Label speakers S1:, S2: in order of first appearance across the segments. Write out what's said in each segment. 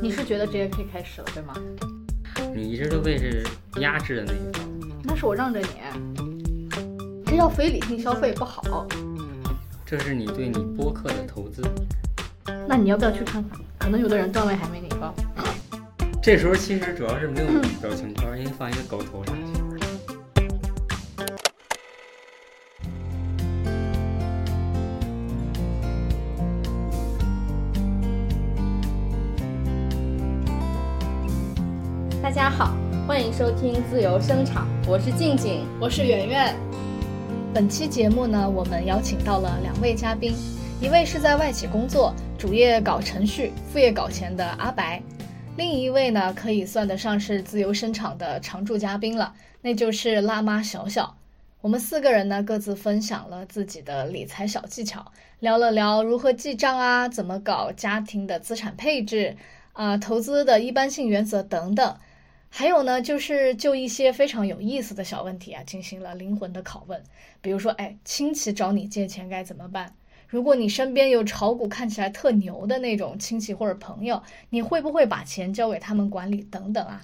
S1: 你是觉得直接可以开始了，对吗？
S2: 你一直都被是压制的那一方，
S1: 那是我让着你，这叫非理性消费不好。
S2: 这是你对你播客的投资。
S1: 那你要不要去看看？可能有的人段位还没你高。
S2: 这时候其实主要是没有表情包，应该放一个狗头上去。
S3: 大家好，欢迎收听自由生产，我是静静。
S4: 我是圆圆，
S5: 本期节目呢，我们邀请到了两位嘉宾，一位是在外企工作，主业搞程序，副业搞钱的阿白，另一位呢，可以算得上是自由生场的常驻嘉宾了，那就是辣妈小小。我们四个人呢，各自分享了自己的理财小技巧，聊了聊如何记账啊，怎么搞家庭的资产配置啊、投资的一般性原则等等。还有呢，就是就一些非常有意思的小问题啊，进行了灵魂的拷问。比如说，哎，亲戚找你借钱该怎么办？如果你身边有炒股看起来特牛的那种亲戚或者朋友，你会不会把钱交给他们管理？等等啊。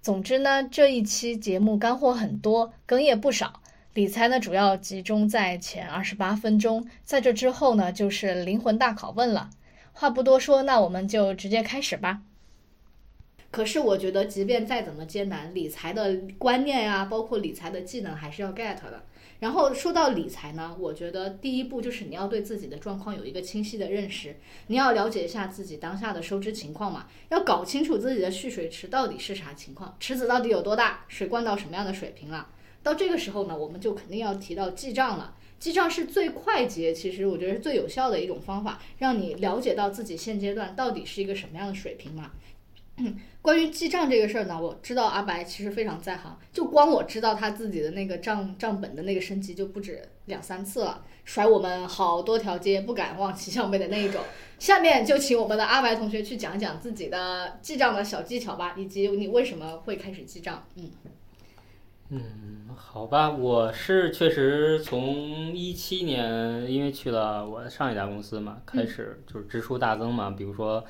S5: 总之呢，这一期节目干货很多，梗也不少。理财呢，主要集中在前二十八分钟，在这之后呢，就是灵魂大拷问了。话不多说，那我们就直接开始吧。
S1: 可是我觉得，即便再怎么艰难，理财的观念呀、包括理财的技能，还是要 get 的。然后说到理财呢，我觉得第一步就是你要对自己的状况有一个清晰的认识，你要了解一下自己当下的收支情况嘛，要搞清楚自己的蓄水池到底是啥情况，池子到底有多大，水灌到什么样的水平了。到这个时候呢，我们就肯定要提到记账了。记账是最快捷，其实我觉得是最有效的一种方法，让你了解到自己现阶段到底是一个什么样的水平嘛。关于记账这个事儿呢，我知道阿白其实非常在行，就光我知道他自己的那个账账本的那个升级就不止两三次了，甩我们好多条街，不敢望其项背的那一种。下面就请我们的阿白同学去讲讲自己的记账的小技巧吧，以及你为什么会开始记账。嗯，
S2: 嗯，好吧，我是确实从一七年，因为去了我上一家公司嘛，开始就是支出大增嘛。比如说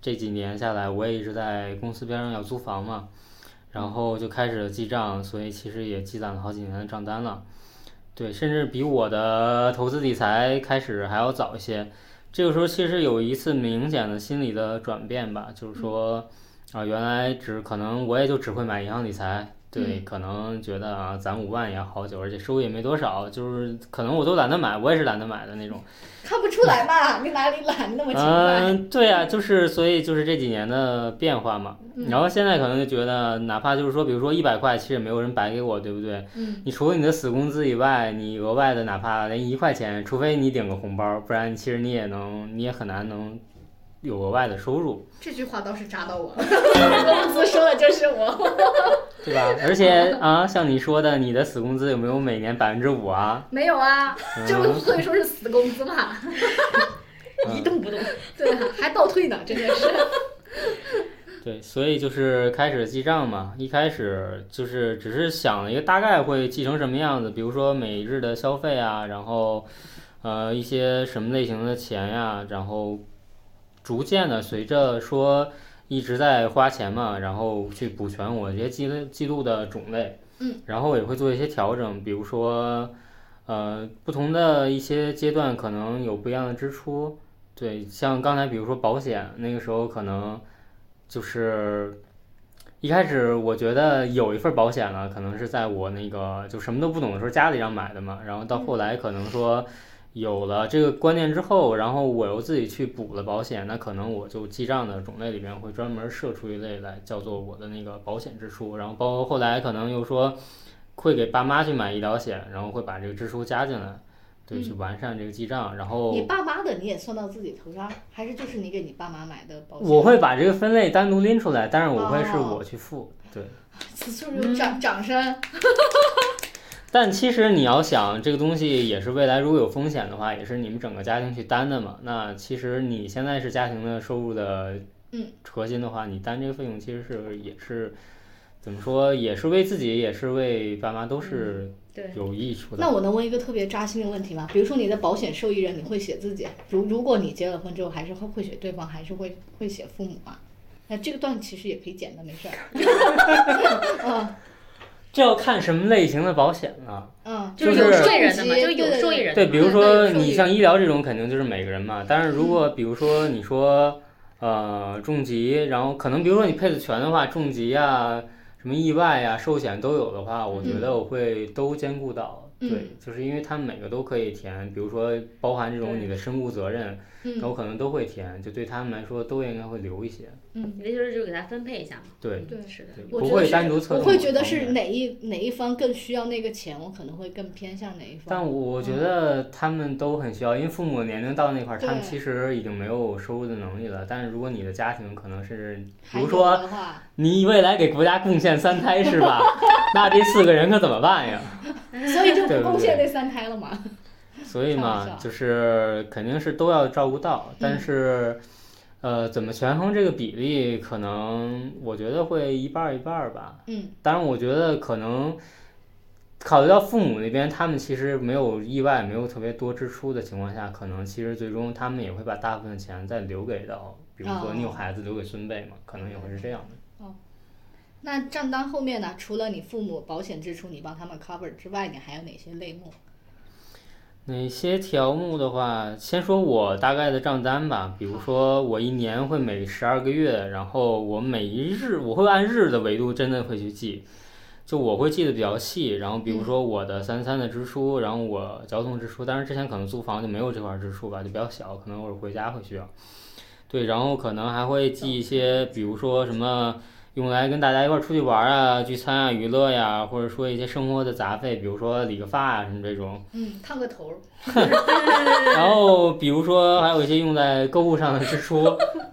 S2: 这几年下来，我也一直在公司边上要租房嘛，然后就开始记账，所以其实也积攒了好几年的账单了。对，甚至比我的投资理财开始还要早一些。这个时候其实有一次明显的心理的转变吧，就是说啊、原来只可能我也就只会买银行理财。对，
S1: 嗯
S2: 可能觉得啊，攒五万也要好久，而且收益也没多少，就是可能我都懒得买，我也是懒得买的那种。
S1: 看不出来嘛，你哪里懒那么勤快？
S2: 嗯，对呀、就是所以就是这几年的变化嘛。
S1: 嗯
S2: 然后现在可能就觉得，哪怕就是说，比如说一百块，其实也没有人白给我，对不对？
S1: 嗯，
S2: 你除了你的死工资以外，你额外的哪怕连一块钱，除非你顶个红包，不然其实你也能，你也很难能有额外的收入。
S1: 这句话倒是扎到 我了，工资收的就是我。
S2: 对吧？而且啊，像你说的，你的死工资有没有每年百分之五啊？
S1: 没有啊，这
S2: 嗯
S1: 不所以说是死工资 嘛，
S2: 嗯
S4: 一动不动。
S1: 对啊，还倒退呢，真的是。
S2: 对，所以就是开始记账嘛，一开始就是只是想了一个大概会记成什么样子，比如说每日的消费啊，然后呃一些什么类型的钱呀、然后逐渐的随着说一直在花钱嘛，然后去补全我这些记录记录的种类，
S1: 嗯，
S2: 然后也会做一些调整，比如说呃不同的一些阶段可能有不一样的支出，对，像刚才比如说保险，那个时候可能。就是一开始我觉得有一份保险了，可能是在我那个就什么都不懂的时候家里让买的嘛，然后到后来可能说有了这个观念之后，然后我又自己去补了保险，那可能我就记账的种类里面会专门设出一类来叫做我的那个保险支出，然后包括后来可能又说会给爸妈去买医疗险，然后会把这个支出加进来。对，去完善这个记账，然后
S1: 你爸妈的你也算到自己头上，还是就是你给你爸妈买的保险？
S2: 我会把这个分类单独拎出来，但是我会是
S1: 哦
S2: 我去付，对。
S1: 此处有掌掌声。
S2: 但其实你要想这个东西也是未来如果有风险的话，也是你们整个家庭去担的嘛。那其实你现在是家庭的收入的
S1: 嗯
S2: 核心的话，你担这个费用其实是也是怎么说，也是为自己，也是为爸妈，都是
S4: 对
S2: 有益处
S1: 嗯
S2: 的。
S1: 那我能问一个特别扎心的问题吗？比如说你的保险受益人，你会写自己？如如果你结了婚之后，还是会会写对方，还是会会写父母啊？那这个段其实也可以剪的，没 事儿。嗯
S2: 这要看什么类型的保险了、
S1: 嗯，
S4: 就是
S2: 就
S4: 有
S2: 是
S4: 受益人的嘛，
S1: 重疾
S4: 就有受益。人的
S2: 对，
S4: 嘛。
S2: 比如
S1: 对
S2: 说
S1: 对受
S2: 你
S1: 益
S2: 像医疗这种，肯定就是每个人嘛。但是如果
S1: 嗯
S2: 比如说你说呃重疾，然后可能比如说你配的全的话，重疾啊、什么意外啊、寿险都有的话，我觉得我会都兼顾
S1: 嗯
S2: 到。对，就是因为它每个都可以填，比如说包含这种你的身故责任，
S1: 嗯
S2: 那我可能都会填，就对他们来说都应该会留一些。
S4: 你的意思就是给他分配一下嘛？
S2: 对，
S1: 对
S4: 是的。
S2: 对
S1: 嗯我
S2: 不
S1: 觉得
S2: 会
S1: 是
S2: 单独侧
S1: 我
S2: 重
S1: 会
S2: 某
S1: 觉
S2: 个
S1: 得
S2: 方
S1: 是
S2: 面
S1: 哪一哪一方更需要那个钱，我可能会更偏向哪一
S2: 但
S1: 方。
S2: 我我觉得他们都很需要，因为父母年龄到那块儿，他们
S1: 对
S2: 其实已经没有收入的能力了。但是如果你的家庭可能是，比
S1: 还
S2: 如
S1: 有
S2: 说
S1: 的话，
S2: 你未来给国家贡献三胎是吧？ 那这四个人可怎么办呀？
S1: 所以就
S2: 对
S1: 不
S2: 不
S1: 贡献
S2: 对
S1: 那三胎了嘛？
S2: 所以
S1: 开玩
S2: 嘛，
S1: 笑嗯
S2: 就是肯定是都要照顾到，但是，呃，怎么权衡这个比例，可能我觉得会一半儿一半儿吧。
S1: 嗯，
S2: 当然，我觉得可能考虑到父母那边，他们其实没有意外，没有特别多支出的情况下，可能其实最终他们也会把大部分钱再留给到，比如说
S1: 哦
S2: 你有孩子留给孙辈嘛，可能也会是这样的。
S1: 那账单后面呢？除了你父母保险支出你帮他们 cover 之外，你还有哪些类目？
S2: 哪些条目的话，先说我大概的账单吧。比如说，我一年会每十二个月，然后我每一日我会按日的维度真的会去记，就我会记得比较细。然后比如说我的三三的支出，然后我交通支出，当然之前可能租房就没有这块支出吧，就比较小，可能偶尔回家会需要。对，然后可能还会记一些，比如说什么用来跟大家一块儿出去玩啊、聚餐啊、娱乐呀、或者说一些生活的杂费，比如说理个发啊什么这种。
S1: 嗯，烫个头儿。
S2: 然后比如说还有一些用在购物上的支出，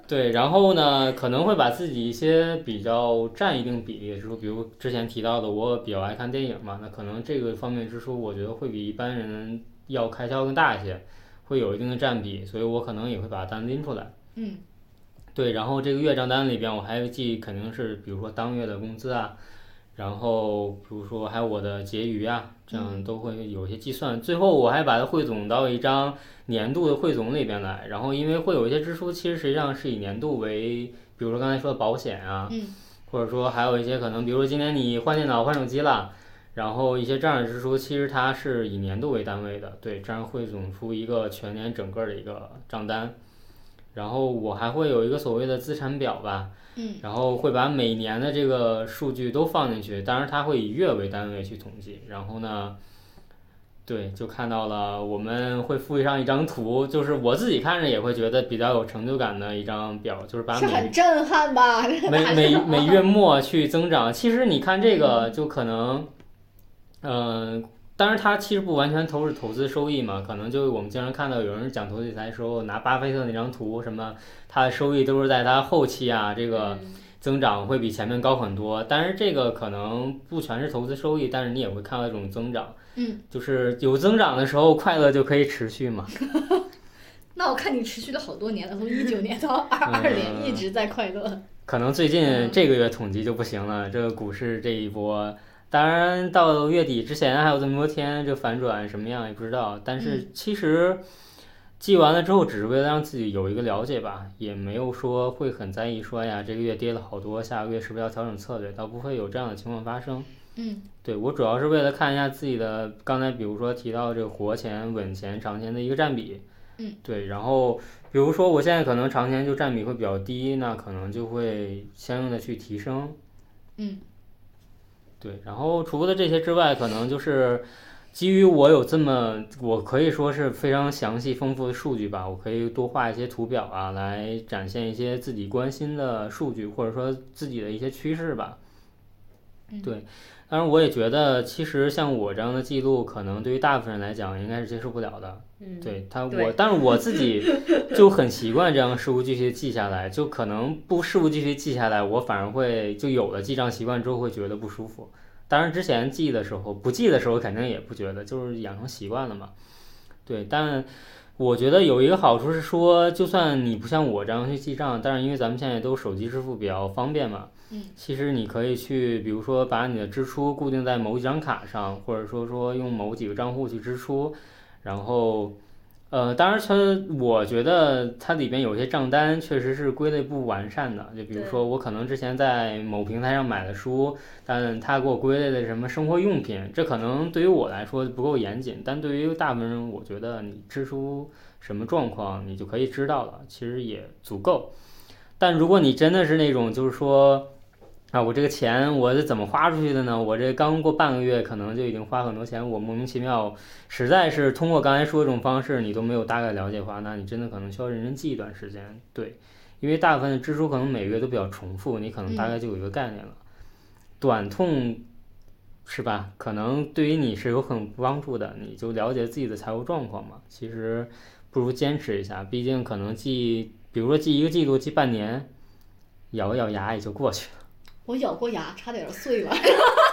S2: 对，然后呢可能会把自己一些比较占一定比例的支出，比如之前提到的我比较爱看电影嘛，那可能这个方面支出我觉得会比一般人要开销更大一些，会有一定的占比，所以我可能也会把单拎出来。
S1: 嗯，
S2: 对，然后这个月账单里边，我还有记肯定是比如说当月的工资啊，然后比如说还有我的结余啊，这样都会有一些计算。最后我还把它汇总到一张年度的汇总里边来。然后因为会有一些支出，其实实际上是以年度为，比如说刚才说的保险啊，
S1: 嗯
S2: 或者说还有一些可能，比如说今年你换电脑、换手机了。然后一些这样的支出，其实它是以年度为单位的，对，这样汇总出一个全年整个的一个账单。然后我还会有一个所谓的资产表吧，
S1: 嗯，
S2: 然后会把每年的这个数据都放进去，当然它会以月为单位去统计。然后呢，对，就看到了，我们会附上一张图，就是我自己看着也会觉得比较有成就感的一张表，就是把
S1: 是
S2: 每
S1: 很震撼吧？
S2: 每每每月末去增长。其实你看这个就可能，嗯、当然它其实不完全都是投资收益嘛，可能就我们经常看到有人讲投资理财的时候拿巴菲特那张图，什么他的收益都是在他后期啊这个增长会比前面高很多。但是这个可能不全是投资收益，但是你也会看到这种增长。
S1: 嗯，
S2: 就是有增长的时候，快乐就可以持续嘛。
S1: 那我看你持续了好多年了，从一九年到二
S2: 嗯
S1: 二年一直在快乐。
S2: 可能最近这个月统计就不行了，这个股市这一波，当然到月底之前还有这么多天，这反转什么样也不知道。但是其实记完了之后，只是为了让自己有一个了解吧，也没有说会很在意说，哎呀，这个月跌了好多，下个月是不是要调整策略？倒不会有这样的情况发生。
S1: 嗯
S2: 对我主要是为了看一下自己的，刚才比如说提到这个活钱、稳钱、长钱的一个占比，
S1: 嗯，
S2: 对，然后比如说我现在可能长钱就占比会比较低，那可能就会相应的去提升，
S1: 嗯，
S2: 对，然后除了这些之外，可能就是基于我有这么，我可以说是非常详细丰富的数据吧，我可以多画一些图表啊，来展现一些自己关心的数据，或者说自己的一些趋势吧。
S1: 嗯
S2: 对，当然我也觉得，其实像我这样的记录，可能对于大部分人来讲，应该是接受不了的。
S4: 嗯，
S2: 对他，
S4: 对
S2: 我但是我自己就很习惯这样事无巨细地记下来，就可能不事无巨细地记下来，我反而会就有了记账习惯之后会觉得不舒服。当然之前记的时候，不记的时候肯定也不觉得，就是养成习惯了嘛。对，但我觉得有一个好处是说，就算你不像我这样去记账，但是因为咱们现在都手机支付比较方便嘛，
S1: 嗯，
S2: 其实你可以去，比如说把你的支出固定在某几张卡上，或者说说用某几个账户去支出，然后，呃，当然它我觉得它里边有些账单确实是归类不完善的，就比如
S4: 对
S2: 说我可能之前在某平台上买的书，但它给我归类的什么生活用品，这可能对于我来说不够严谨，但对于大部分人，我觉得你支出什么状况，你就可以知道了，其实也足够。但如果你真的是那种，就是说，啊，我这个钱我是怎么花出去的呢？我这刚过半个月，可能就已经花很多钱，我莫名其妙，实在是通过刚才说的这种方式，你都没有大概了解的话，那你真的可能需要认真记一段时间，对，因为大部分的支出可能每个月都比较重复，你可能大概就有一个概念了，短痛。是吧？可能对于你是有很帮助的，你就了解自己的财务状况嘛。其实不如坚持一下，毕竟可能记，比如说记一个季度，记半年，咬一咬牙也就过去了。
S1: 我咬过牙，差点儿碎了。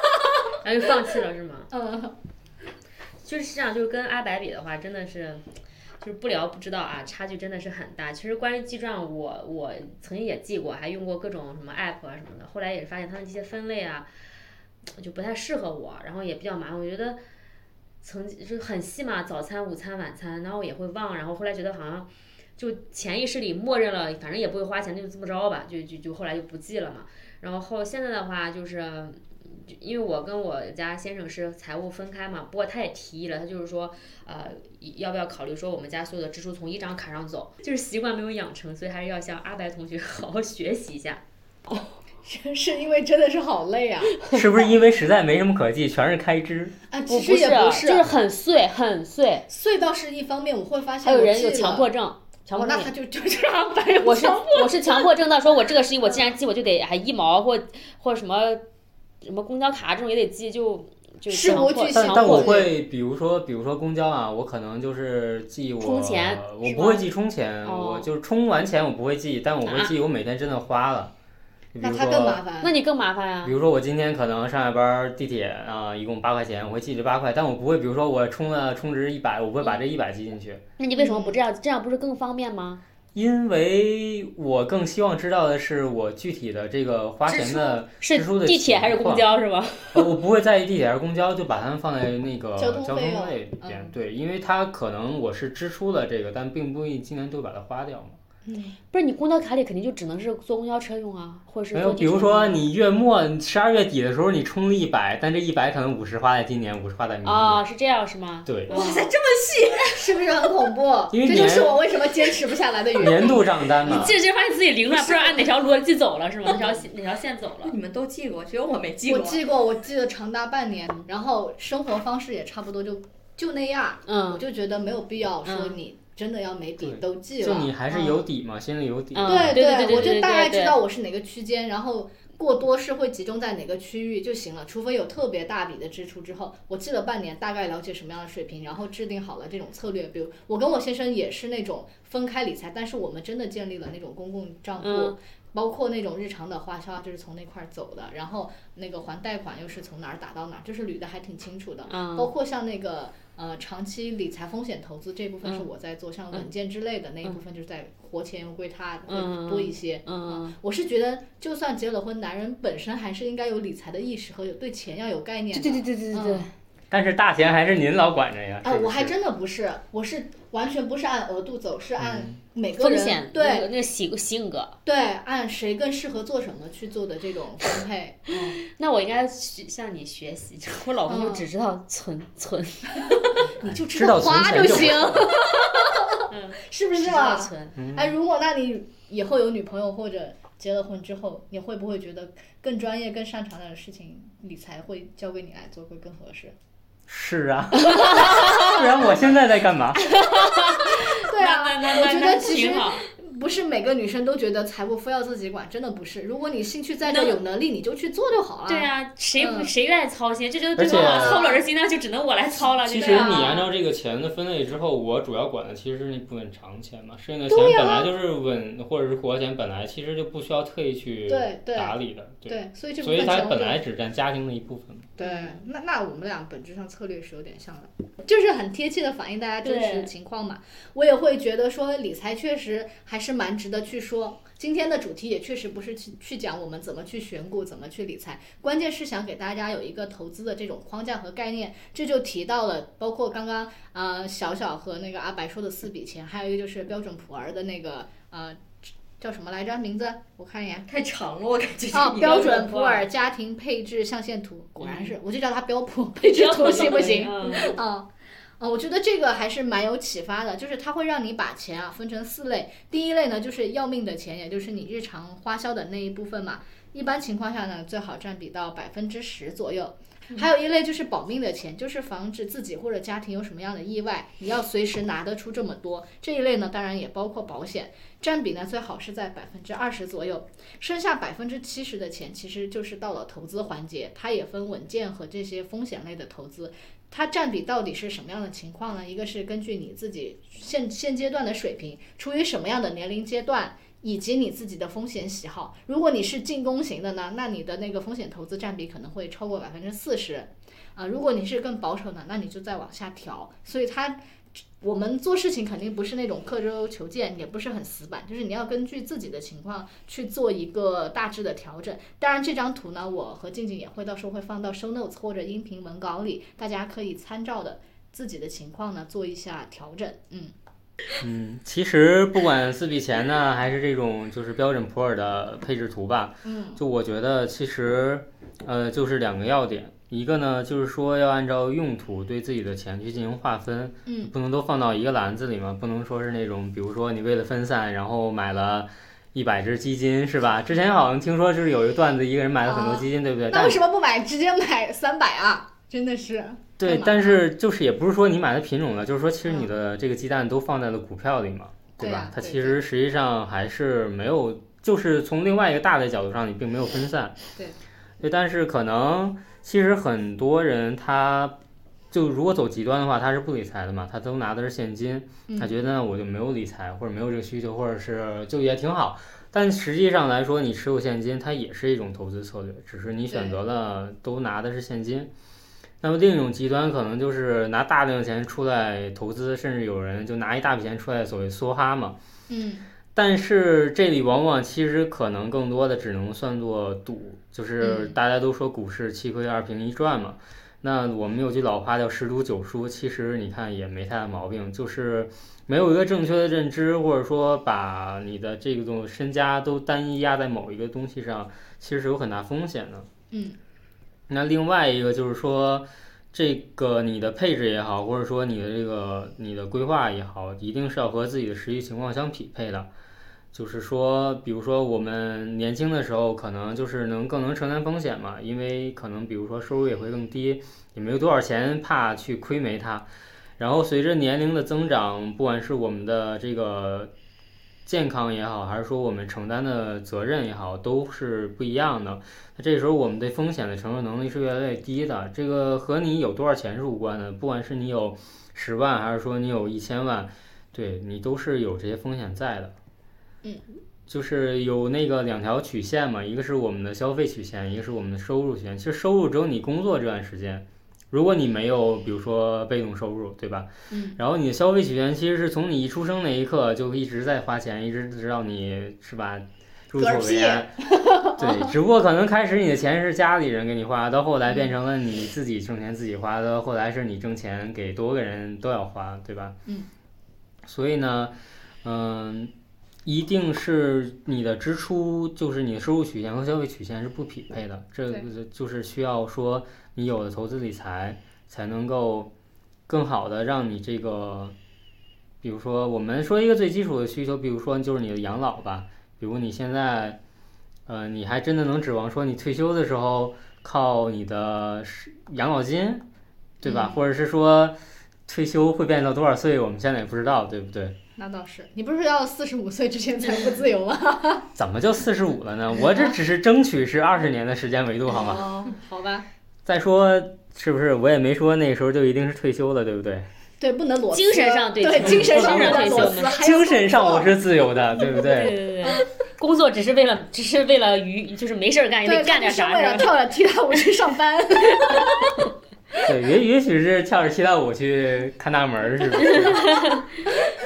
S4: 然后就放弃了是吗？
S1: 嗯，
S4: 就是这样，就是跟阿白比的话，真的是。就是不聊不知道啊，差距真的是很大。其实关于记账，我我曾经也记过，还用过各种什么 app 啊什么的。后来也是发现它的这些分类啊，就不太适合我，然后也比较麻烦。我觉得曾经就是很细嘛，早餐、午餐、晚餐，然后也会忘。然后后来觉得好像就潜意识里默认了，反正也不会花钱，就这么着吧，就就就后来就不记了嘛。然后现在的话就是就因为我跟我家先生是财务分开嘛，不过他也提议了，他就是说，呃，要不要考虑说我们家所有的支出从一张卡上走，就是习惯没有养成，所以还是要向阿白同学 好好学习一下。
S1: 是是因为真的是好累啊！
S2: 是不是因为实在没什么可记， 全是开支？
S1: 啊，其
S3: 我
S1: 实
S3: 不
S1: 也
S3: 是，
S1: 不
S3: 就是很碎，很碎。
S1: 碎倒是一方面，我会发现
S3: 还有
S1: 我
S3: 人
S1: 记
S3: 有强
S1: 了
S3: 迫症，强
S1: 哦，
S3: 迫
S1: 那
S3: 症
S1: 他
S3: 也。
S1: 就就这样呗。
S3: 我是我是强迫症到说，我这个事情我既然记，我就得还一毛或或什么什么公交卡这种也得记，就就
S1: 事
S3: 强
S1: 无
S3: 迫
S1: 巨
S3: 强
S1: 细
S2: 但
S3: 迫
S2: 但我
S1: 对
S2: 会，比如说，比如说公交啊，我可能就是记我
S3: 充钱
S2: 我
S3: 是
S2: 不
S3: 吗
S2: 会记充钱，
S3: 哦
S2: 我就是充完钱我不会记，但我会
S4: 啊
S2: 记我每天真的花了。比
S1: 那
S2: 如
S1: 他更
S2: 说，
S1: 麻烦。
S3: 那你更麻烦
S1: 嗯
S3: 啊呀
S2: 比、如说我今天可能上下班地铁啊、一共八块钱，我会记这八块，但我不会，比如说我充了充值一百，我不会把这一百记进去。
S3: 那你为什么
S1: 嗯
S3: 不这样？这样不是更方便吗？
S2: 因为我更希望知道的是我具体的这个花钱的
S3: 是
S2: 支出的
S3: 地铁还是
S2: 情
S3: 公
S2: 况
S3: 交是吧？
S2: 呃，我不会在意地铁还是公交，就把它们放在那个
S1: 交
S2: 交
S1: 通
S2: 通
S1: 费用
S2: 费里边。
S1: 嗯
S2: 对，因为它可能我是支出了这个，但并不一定今年就把它花掉嘛。
S3: 不是你公交卡里肯定就只能是坐公交车用啊，或者是
S2: 没
S3: 坐
S2: 有，
S3: 地
S2: 比如
S3: 铁用啊
S2: 说你月末十二月底的时候，你充了一百，但这一百可能五十花在今年，五十花在明年。
S1: 哦
S3: 啊，是这样是吗？
S2: 对，
S1: 哇塞，这么细，是不是很恐怖？
S2: 因为
S1: 这就
S2: 年
S1: 是我为什么坚持不下来的原因。
S2: 年度账单嘛。
S3: 记着记着发现自己凌乱，不知道按哪条逻辑走了是 吗？哪条线哪条线走了？
S6: 你们都记过，只有我没记
S1: 我
S6: 过。
S1: 记过，我记了长达半年，然后生活方式也差不多就就那样，我
S3: 嗯，
S1: 就觉得没有必要说
S3: 嗯
S1: 你真的要每笔
S2: 对
S1: 都记
S2: 就
S1: 了。嗯
S2: 你还是有底嘛，心里有底。
S3: 嗯
S1: 对
S3: 对对对
S1: 我就
S3: 对
S1: 大
S3: 对
S1: 概
S3: 对
S1: 知道我是哪个区间，然后过多是会集中在哪个区域就行了。除非有特别大笔的支出之后，我记了半年，大概了解什么样的水平，然后制定好了这种策略。比如我跟我先生也是那种分开理财，但是我们真的建立了那种公共账户。
S3: 嗯
S1: 包括那种日常的花销，就是从那块儿走的，然后那个还贷款又是从哪儿打到哪儿，就是捋的还挺清楚的。包
S3: 嗯
S1: 括像那个呃长期理财风险投资这部分是
S3: 嗯
S1: 我在做，像
S3: 嗯
S1: 稳健之类的那一部分就是在活钱又归他，
S3: 嗯
S1: 会多一些。
S3: 嗯，
S1: 我是觉得，就算结了婚，男人本身还是应该有理财的意识和有对钱要有概念
S3: 对
S1: 的。
S3: 对对对对对对
S1: 嗯，
S2: 但是大钱还是您老管着呀。
S1: 哎，
S2: 是不
S1: 我还
S2: 是
S1: 真的不是，我是完全不是按额度走，是按
S2: 嗯
S1: 每个
S3: 风
S1: 人、
S3: 险嗯那
S1: 对
S3: 个那个性性格，
S1: 对，按谁更适合做什么去做的这种分配。嗯，
S3: 那我应该学向你学习，我老公就
S1: 嗯
S3: 只知道存存，
S1: 你就
S2: 知道存
S1: 花
S2: 钱
S1: 就
S2: 就
S1: 行，
S4: 嗯，
S1: 是不
S4: 只
S1: 是
S4: 知
S1: 啊
S4: 道？存，
S2: 嗯
S1: 哎，如果那你以后有女朋友或者结了婚之后，你会不会觉得更专业、更擅长的事情，理财会交给你来做会更合适？
S2: 是 啊， 不然我现在在干嘛？
S1: 对啊，
S3: 那那那
S4: 啊
S1: 我觉
S3: 那
S1: 得其
S3: 挺
S1: 实
S3: 好
S1: 不是每个女生都觉得财务非要自己管，真的不是。如果你兴趣在这，有能力你就去做就好了。
S4: 对啊，谁不
S1: 嗯
S4: 谁愿意操心？就觉得
S2: 而
S4: 对
S2: 且
S4: 方老操不了这心，那就只能我来操了。
S2: 其
S4: 就
S2: 实
S4: 是
S2: 你
S1: 啊
S2: 按照这个钱的分类之后，我主要管的其实是那部分长钱嘛，剩下的钱本来就是稳或者是活钱，本来其实就不需要特意去
S1: 对对
S2: 打理的，对，
S1: 对，所以这部
S2: 所以
S1: 分
S2: 它
S1: 钱
S2: 本来只占家庭的一部分嘛。
S1: 对，那那我们俩本质上策略是有点像的，就是很贴切的反映大家真实
S4: 对
S1: 情况嘛。我也会觉得说理财确实还是蛮值得去说。今天的主题也确实不是去去讲我们怎么去选股、怎么去理财，关键是想给大家有一个投资的这种框架和概念。这就提到了，包括刚刚呃小小和那个阿白说的四笔钱，还有一个就是标准普尔的那个呃叫什么来着名字？我看一眼。
S4: 太长了，我感觉
S1: 哦，标准普
S4: 普
S1: 尔家庭配置象限图，果然是，我就叫它嗯标普配
S3: 啊
S1: 置图，行不行？？
S4: 嗯
S1: 啊、啊，我觉得这个还是蛮有启发的，就是它会让你把钱啊分成四类。第一类呢，就是要命的钱，也就是你日常花销的那一部分嘛。一般情况下呢，最好占比到百分之十左右。还有一类就是保命的钱，就是防止自己或者家庭有什么样的意外，你要随时拿得出这么多。这一类呢，当然也包括保险，占比呢最好是在百分之二十左右。剩下百分之七十的钱，其实就是到了投资环节，它也分稳健和这些风险类的投资。它占比到底是什么样的情况呢？一个是根据你自己现现阶段的水平，处于什么样的年龄阶段，以及你自己的风险喜好。如果你是进攻型的呢，那你的那个风险投资占比可能会超过百分之四十，啊，如果你是更保守呢，那你就再往下调。所以它。我们做事情肯定不是那种刻舟求剑，也不是很死板，就是你要根据自己的情况去做一个大致的调整。当然，这张图呢，我和静静也会到时候会放到 show notes 或者音频文稿里，大家可以参照的自己的情况呢做一下调整。嗯，
S2: 嗯，其实不管四笔钱呢，还是这种就是标准普尔的配置图吧，
S1: 嗯，
S2: 就我觉得其实呃就是两个要点，一个呢就是说要按照用途对自己的钱去进行划分，
S1: 嗯，
S2: 不能都放到一个篮子里嘛，不能说是那种比如说你为了分散，然后买了。一百只基金是吧？之前好像听说就是有一个段子，一个人买了很多基金，对不对？
S1: 啊那
S2: 但
S1: 为什么不买直接买三百啊？真的是，
S2: 对
S1: 干嘛，
S2: 但是就是也不是说你买的品种了，就是说其实你
S1: 嗯
S2: 的这个鸡蛋都放在了股票里嘛，
S1: 对
S2: 吧
S1: 啊？
S2: 它
S1: 对
S2: 其实实际上还是没有，就是从另外一个大的角度上，你并没有分散。
S1: 对，
S2: 对，但是可能其实很多人他就如果走极端的话，他是不理财的嘛，他都拿的是现金，他
S1: 嗯
S2: 觉得我就没有理财，或者没有这个需求，或者是就业挺好。但实际上来说，你持有现金，它也是一种投资策略，只是你选择了都拿的是现金。那么另一种极端可能就是拿大量的钱出来投资，甚至有人就拿一大笔钱出来所谓梭哈嘛。
S1: 嗯
S2: 但是这里往往其实可能更多的只能算作赌，就是
S1: 嗯
S2: 大家都说股市七亏二平一赚嘛。那我们有句老话叫十赌九输，其实你看也没太大毛病，就是没有一个正确的认知，或者说把你的这种身家都单一压在某一个东西上，其实是有很大风险的。
S1: 嗯，
S2: 那另外一个就是说，这个你的配置也好，或者说你的这个你的规划也好，一定是要和自己的实际情况相匹配的。就是说，比如说我们年轻的时候，可能就是能更能承担风险嘛，因为可能比如说收入也会更低，也没有多少钱怕去亏没它。然后随着年龄的增长，不管是我们的这个健康也好，还是说我们承担的责任也好，都是不一样的。那这时候我们对风险的承受能力是越来越低的，这个和你有多少钱是无关的，不管是你有十万还是说你有一千万，对你都是有这些风险在的。
S1: 嗯，
S2: 就是有那个两条曲线嘛，一个是我们的消费曲线，一个是我们的收入曲线。其实收入只有你工作这段时间。如果你没有，比如说被动收入，对吧？
S1: 嗯，
S2: 然后你的消费曲线其实是从你一出生那一刻就一直在花钱，一直直到你是吧，入
S1: 嗝
S2: 土为
S1: 屁
S2: 安， 对，只不过可能开始你的钱是家里人给你花，到后来变成了你自己挣钱自己花，到后来是你挣钱给多个人都要花，对吧？
S1: 嗯。
S2: 所以呢，嗯，一定是你的支出，就是你的收入曲线和消费曲线是不匹配的，这
S1: 对
S2: 个就是需要说你有了投资理财，才能够更好的让你这个，比如说我们说一个最基础的需求，比如说就是你的养老吧，比如你现在。呃，你还真的能指望说你退休的时候靠你的是养老金，对
S1: 嗯
S2: 吧？或者是说退休会变到多少岁，我们现在也不知道，对不对？
S1: 那倒是，你不是要四十五岁之前财富自由吗？
S2: 怎么就四十五了
S1: 哎
S2: 呢？我这只是争取是二十年的时间维度，好吗？
S3: 嗯
S1: 哦，好吧，
S2: 再说是不是我也没说那时候就一定是退休了，对不对？
S1: 对，不能裸辞，
S4: 精神上
S1: 对
S4: 对
S1: 精神
S4: 精神
S1: 上不能
S4: 退休
S1: 裸
S4: 嘛
S1: 辞，还有
S2: 精神上我是自由的，对不对？
S4: 对对对，
S3: 工作只是为了，只是为了娱，就是没事儿干也
S1: 对，
S3: 得干点
S1: 他
S3: 啥
S1: 不是为了
S3: 是吧？
S1: 跳了踢踏舞去上 班，
S2: 对，也也许是跳着七到五去看大门儿，是吧？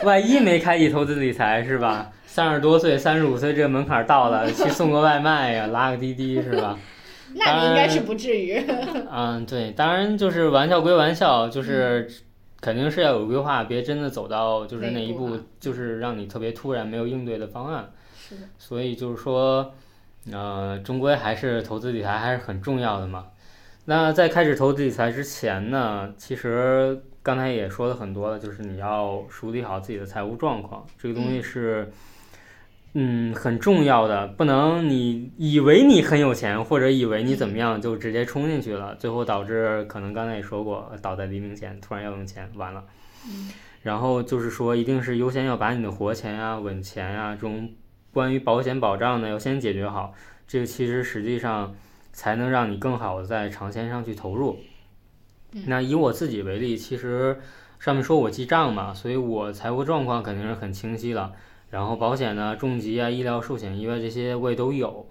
S2: 万一没开启投资理财，是吧？三十多岁、三十五岁这个门槛儿到了，去送个外卖呀，拉个滴滴，是吧？
S1: 那你应该是不至于。
S2: 嗯，对，当然就是玩笑归玩笑，就是肯定是要有规划，别真的走到就是那一
S1: 那一步
S2: 步
S1: 啊，
S2: 就是让你特别突然没有应对的方案。
S1: 是的，
S2: 所以就是说，呃，终归还是投资理财还是很重要的嘛。那在开始投资理财之前呢，其实刚才也说了很多了，就是你要梳理好自己的财务状况，这个东西是，嗯，很重要的，不能你以为你很有钱或者以为你怎么样就直接冲进去了，最后导致可能刚才也说过，倒在黎明前，突然要用钱，完了。然后就是说，一定是优先要把你的活钱啊、稳钱啊这种关于保险保障呢，要先解决好。这个其实实际上才能让你更好的在长线上去投入。那以我自己为例，其实上面说我记账嘛，所以我财务状况肯定是很清晰了。然后保险呢、重疾啊、医疗、寿险、意外这些我也都有。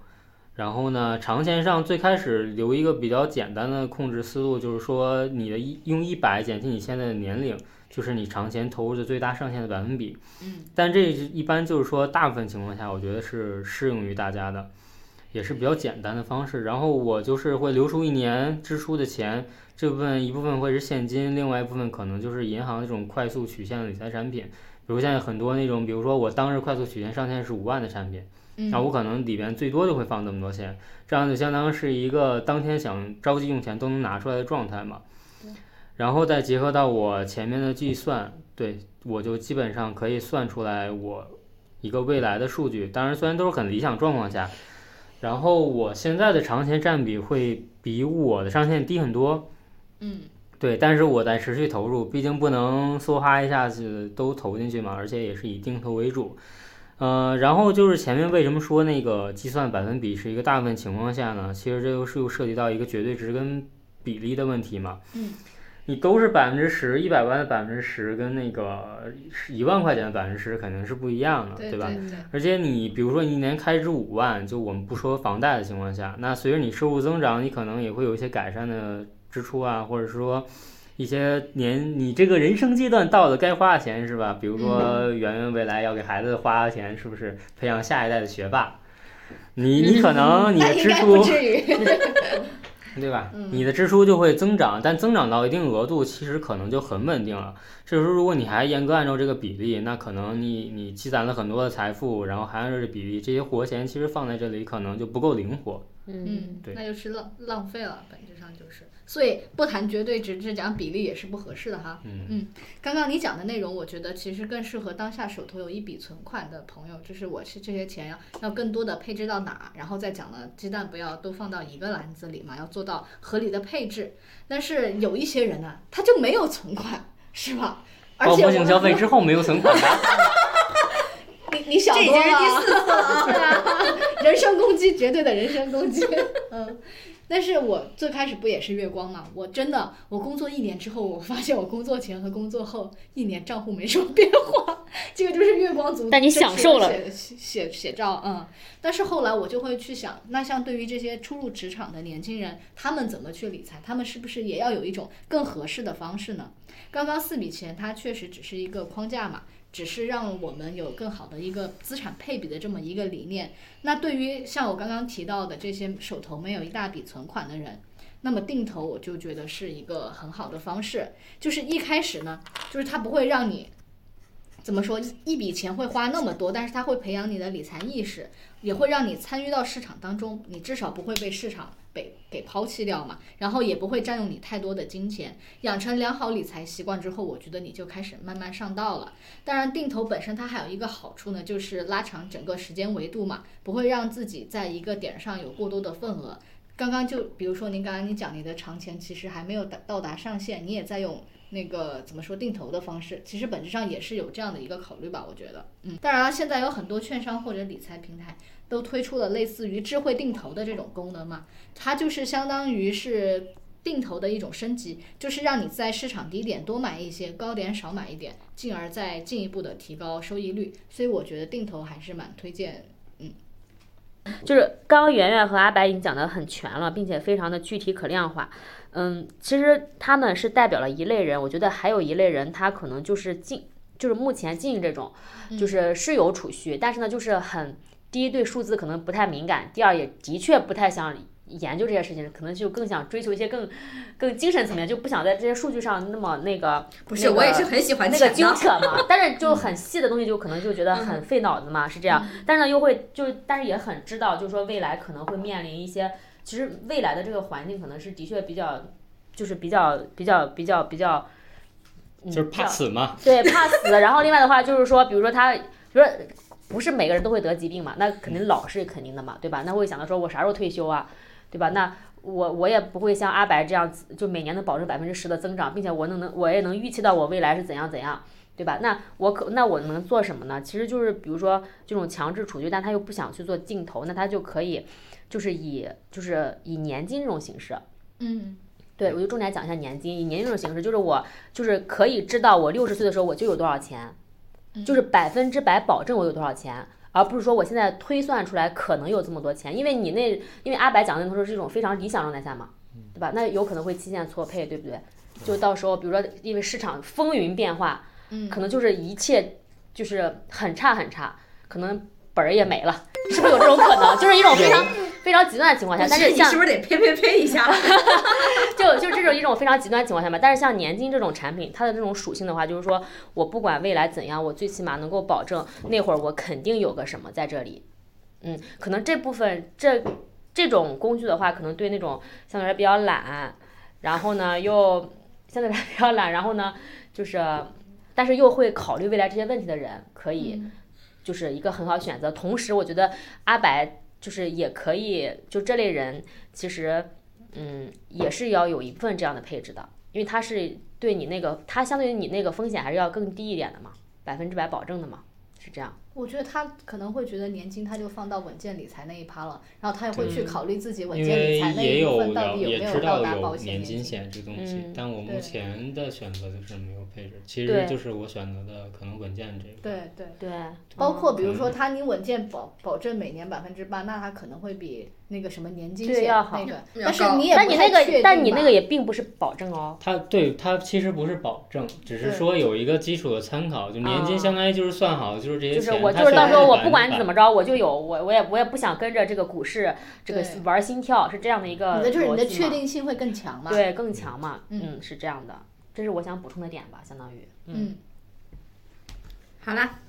S2: 然后呢，长线上最开始留一个比较简单的控制思路，就是说你的一用一百减去你现在的年龄，就是你长线投入的最大上限的百分比。但这一般就是说，大部分情况下，我觉得是适用于大家的，也是比较简单的方式。然后我就是会留出一年支出的钱，这部分一部分会是现金，另外一部分可能就是银行那种快速取现的理财产品，比如现在很多那种，比如说我当日快速取现上限是五万的产品，
S1: 嗯
S2: 那我可能里边最多就会放这么多钱，这样就相当是一个当天想着急用钱都能拿出来的状态嘛。然后再结合到我前面的计算，对我就基本上可以算出来我一个未来的数据。当然，虽然都是很理想状况下，然后我现在的长线占比会比我的上限低很多。
S1: 嗯，
S2: 对，但是我在持续投入，毕竟不能梭哈一下子都投进去嘛，而且也是以定投为主。呃，然后就是前面为什么说那个计算百分比是一个大部分情况下呢？其实这又是又涉及到一个绝对值跟比例的问题嘛。
S1: 嗯。
S2: 你都是百分之十，一百万的百分之十跟那个一万块钱的百分之十肯定是不一样的，
S1: 对
S2: 吧？
S1: 对对
S2: 而且你比如说你一年开支五万，就我们不说房贷的情况下，那随着你收入增长，你可能也会有一些改善的支出啊，或者说一些年你这个人生阶段到了该花的钱是吧？比如
S1: 嗯
S2: 说圆圆未来要给孩子花的钱，是不是培养下一代的学霸？你你可能你
S1: 嗯那
S2: 的
S1: 应
S2: 支
S1: 该
S2: 出、
S1: 不至于。
S2: 对吧？
S1: 嗯
S2: 你的支出就会增长，但增长到一定额度，其实可能就很稳定了。这时候如果你还严格按照这个比例，那可能你你积攒了很多的财富，然后还按照这比例，这些活钱其实放在这里可能就不够灵活。
S4: 嗯，
S1: 嗯，
S2: 对
S1: 那就是浪浪费了，本质上就是。所以不谈绝对值，只讲比例也是不合适的哈。
S2: 嗯
S1: 刚刚你讲的内容，我觉得其实更适合当下手头有一笔存款的朋友，就是我是这些钱要要更多的配置到哪儿，然后再讲了鸡蛋不要都放到一个篮子里嘛，要做到合理的配置。但是有一些人呢、他就没有存款，是吧？而
S2: 报
S1: 且
S2: 复
S1: 我
S2: 性
S1: 们
S2: 消费之后没有 存款吧？
S1: 你你想多了啊， 人身攻击，绝对的人身攻击。嗯， 但是我最开始不也是月光嘛？我真的，我工作一年之后，我发现我工作前和工作后一年账户没什么变化，这个就是月光族。
S3: 但你享受了
S1: 写写写照，嗯。但是后来我就会去想，那像对于这些初入职场的年轻人，他们怎么去理财？他们是不是也要有一种更合适的方式呢？刚刚四笔钱，它确实只是一个框架嘛，只是让我们有更好的一个资产配比的这么一个理念。那对于像我刚刚提到的这些手头没有一大笔存款的人，那么定投我就觉得是一个很好的方式。就是一开始呢，就是它不会让你怎么说一笔钱会花那么多，但是它会培养你的理财意识，也会让你参与到市场当中，你至少不会被市场被给抛弃掉嘛，然后也不会占用你太多的金钱。养成良好理财习惯之后，我觉得你就开始慢慢上道了。当然，定投本身它还有一个好处呢，就是拉长整个时间维度嘛，不会让自己在一个点上有过多的份额。刚刚就比如说您刚刚你讲你的长钱其实还没有达到达上限，你也在用那个怎么说定投的方式，其实本质上也是有这样的一个考虑吧，我觉得。嗯，当然了，现在有很多券商或者理财平台都推出了类似于智慧定投的这种功能嘛，它就是相当于是定投的一种升级，就是让你在市场低点多买一些，高点少买一点，进而再进一步的提高收益率。所以我觉得定投还是蛮推荐
S6: 嗯
S3: 就是刚刚圆圆和阿白已经讲的很全了，并且非常的具体可量化。嗯，其实他们是代表了一类人，我觉得还有一类人，他可能就是进，就是目前进这种，
S6: 嗯
S3: 就是是有储蓄，但是呢，就是很第一对数字可能不太敏感，第二也的确不太想研究这些事情，可能就更想追求一些更更精神层面，就不想在这些数据上那么那个。
S6: 不是，
S3: 那个
S6: 我也是很喜欢
S3: 那
S6: 钱
S3: 个
S6: 的嗯
S3: 纠扯 嘛，但是就很细的东西就可能就觉得很费脑子嘛，是这样。但是呢，又会就但是也很知道，就是说未来可能会面临一些，其实未来的这个环境可能是的确比较，就是比较比较比较比较，嗯
S2: 就是怕
S3: 比较
S2: 死嘛，
S3: 对，怕死。然后另外的话就是说，比如说他，比如说不是每个人都会得疾病嘛，那肯定老是肯定的嘛，对吧？那会想到说我啥时候退休啊，对吧？那我我也不会像阿白这样子，就每年能保证百分之十的增长，并且我能能我也能预期到我未来是怎样怎样。对吧？那我可那我能做什么呢？其实就是比如说这种强制储蓄，但他又不想去做定投，那他就可以，就是以就是以年金这种形式，
S1: 嗯
S3: 对，我就重点讲一下年金，以年金这种形式，就是我就是可以知道我六十岁的时候我就有多少钱，
S1: 嗯
S3: 就是百分之百保证我有多少钱，而不是说我现在推算出来可能有这么多钱，因为你那因为阿白讲的那时候是一种非常理想状态下嘛，对吧？那有可能会期限错配，对不对？就到时候比如说因为市场风云变化，
S1: 嗯
S3: 可能就是一切就是很差很差，可能本儿也没了，是不是有这种可能？就是一种非常非常极端的情况下，但是
S6: 你
S3: 像
S6: 是不是得呸呸呸一下？
S3: 就就这种一种非常极端情况下嘛。但是像年金这种产品，它的这种属性的话，就是说我不管未来怎样，我最起码能够保证那会儿我肯定有个什么在这里。嗯，可能这部分这这种工具的话，可能对那种相对来说比较懒，然后呢又相对来说比较懒，然后呢就是但是又会考虑未来这些问题的人，可以就是一个很好选择。同时，我觉得阿白就是也可以，就这类人其实，嗯，也是要有一部分这样的配置的，因为它是对你那个，它相对于你那个风险还是要更低一点的嘛，百分之百保证的嘛，是这样。
S1: 我觉得他可能会觉得年金他就放到稳健理财那一趴了，然后他也会去考虑自己稳
S2: 因
S1: 健理
S2: 为
S1: 嗯财那
S2: 也
S1: 一部分到
S2: 了
S1: 底有没
S2: 也知
S1: 到
S2: 道
S1: 达保
S2: 有
S1: 险
S2: 年金
S1: 金。
S2: 险这东西，
S3: 嗯
S2: 但我目
S1: 对
S2: 前的选择就是没有配置，其
S3: 对
S2: 实就是我选择的可能稳健这个。
S1: 对对，
S3: 对，
S1: 包括比如说
S2: 嗯
S1: 他你稳健保保证每年百分之八，那他可能会比那个什么年金
S3: 对
S1: 险
S3: 要好
S1: 那个，
S6: 要
S1: 但是
S6: 高
S1: 你也
S3: 但
S1: 不
S3: 你
S1: 太
S3: 那
S1: 确定
S3: 个，但你那
S1: 吧
S3: 个也并不是保证哦。
S2: 它对它其实不是保证，只是
S1: 对
S2: 说有一个基础的参考，就年
S3: 啊
S2: 金相当于就是算好，就是这些
S3: 就
S2: 钱。
S3: 是我
S2: 它
S3: 就是
S2: 虽
S3: 到
S2: 然
S3: 时候我
S2: 百分
S3: 不
S2: 之
S3: 管
S2: 百
S3: 怎么着，我就有我我也我也不想跟着这个股市这个
S1: 对
S3: 玩儿心跳，是这样的一个
S1: 你的就是你的
S3: 逻辑
S1: 确
S3: 嘛
S1: 定性会更强嘛？，
S3: 对更强嘛，
S1: 嗯
S3: 嗯，是这样的，这是我想补充的点吧，相当于，
S1: 嗯，
S6: 好啦，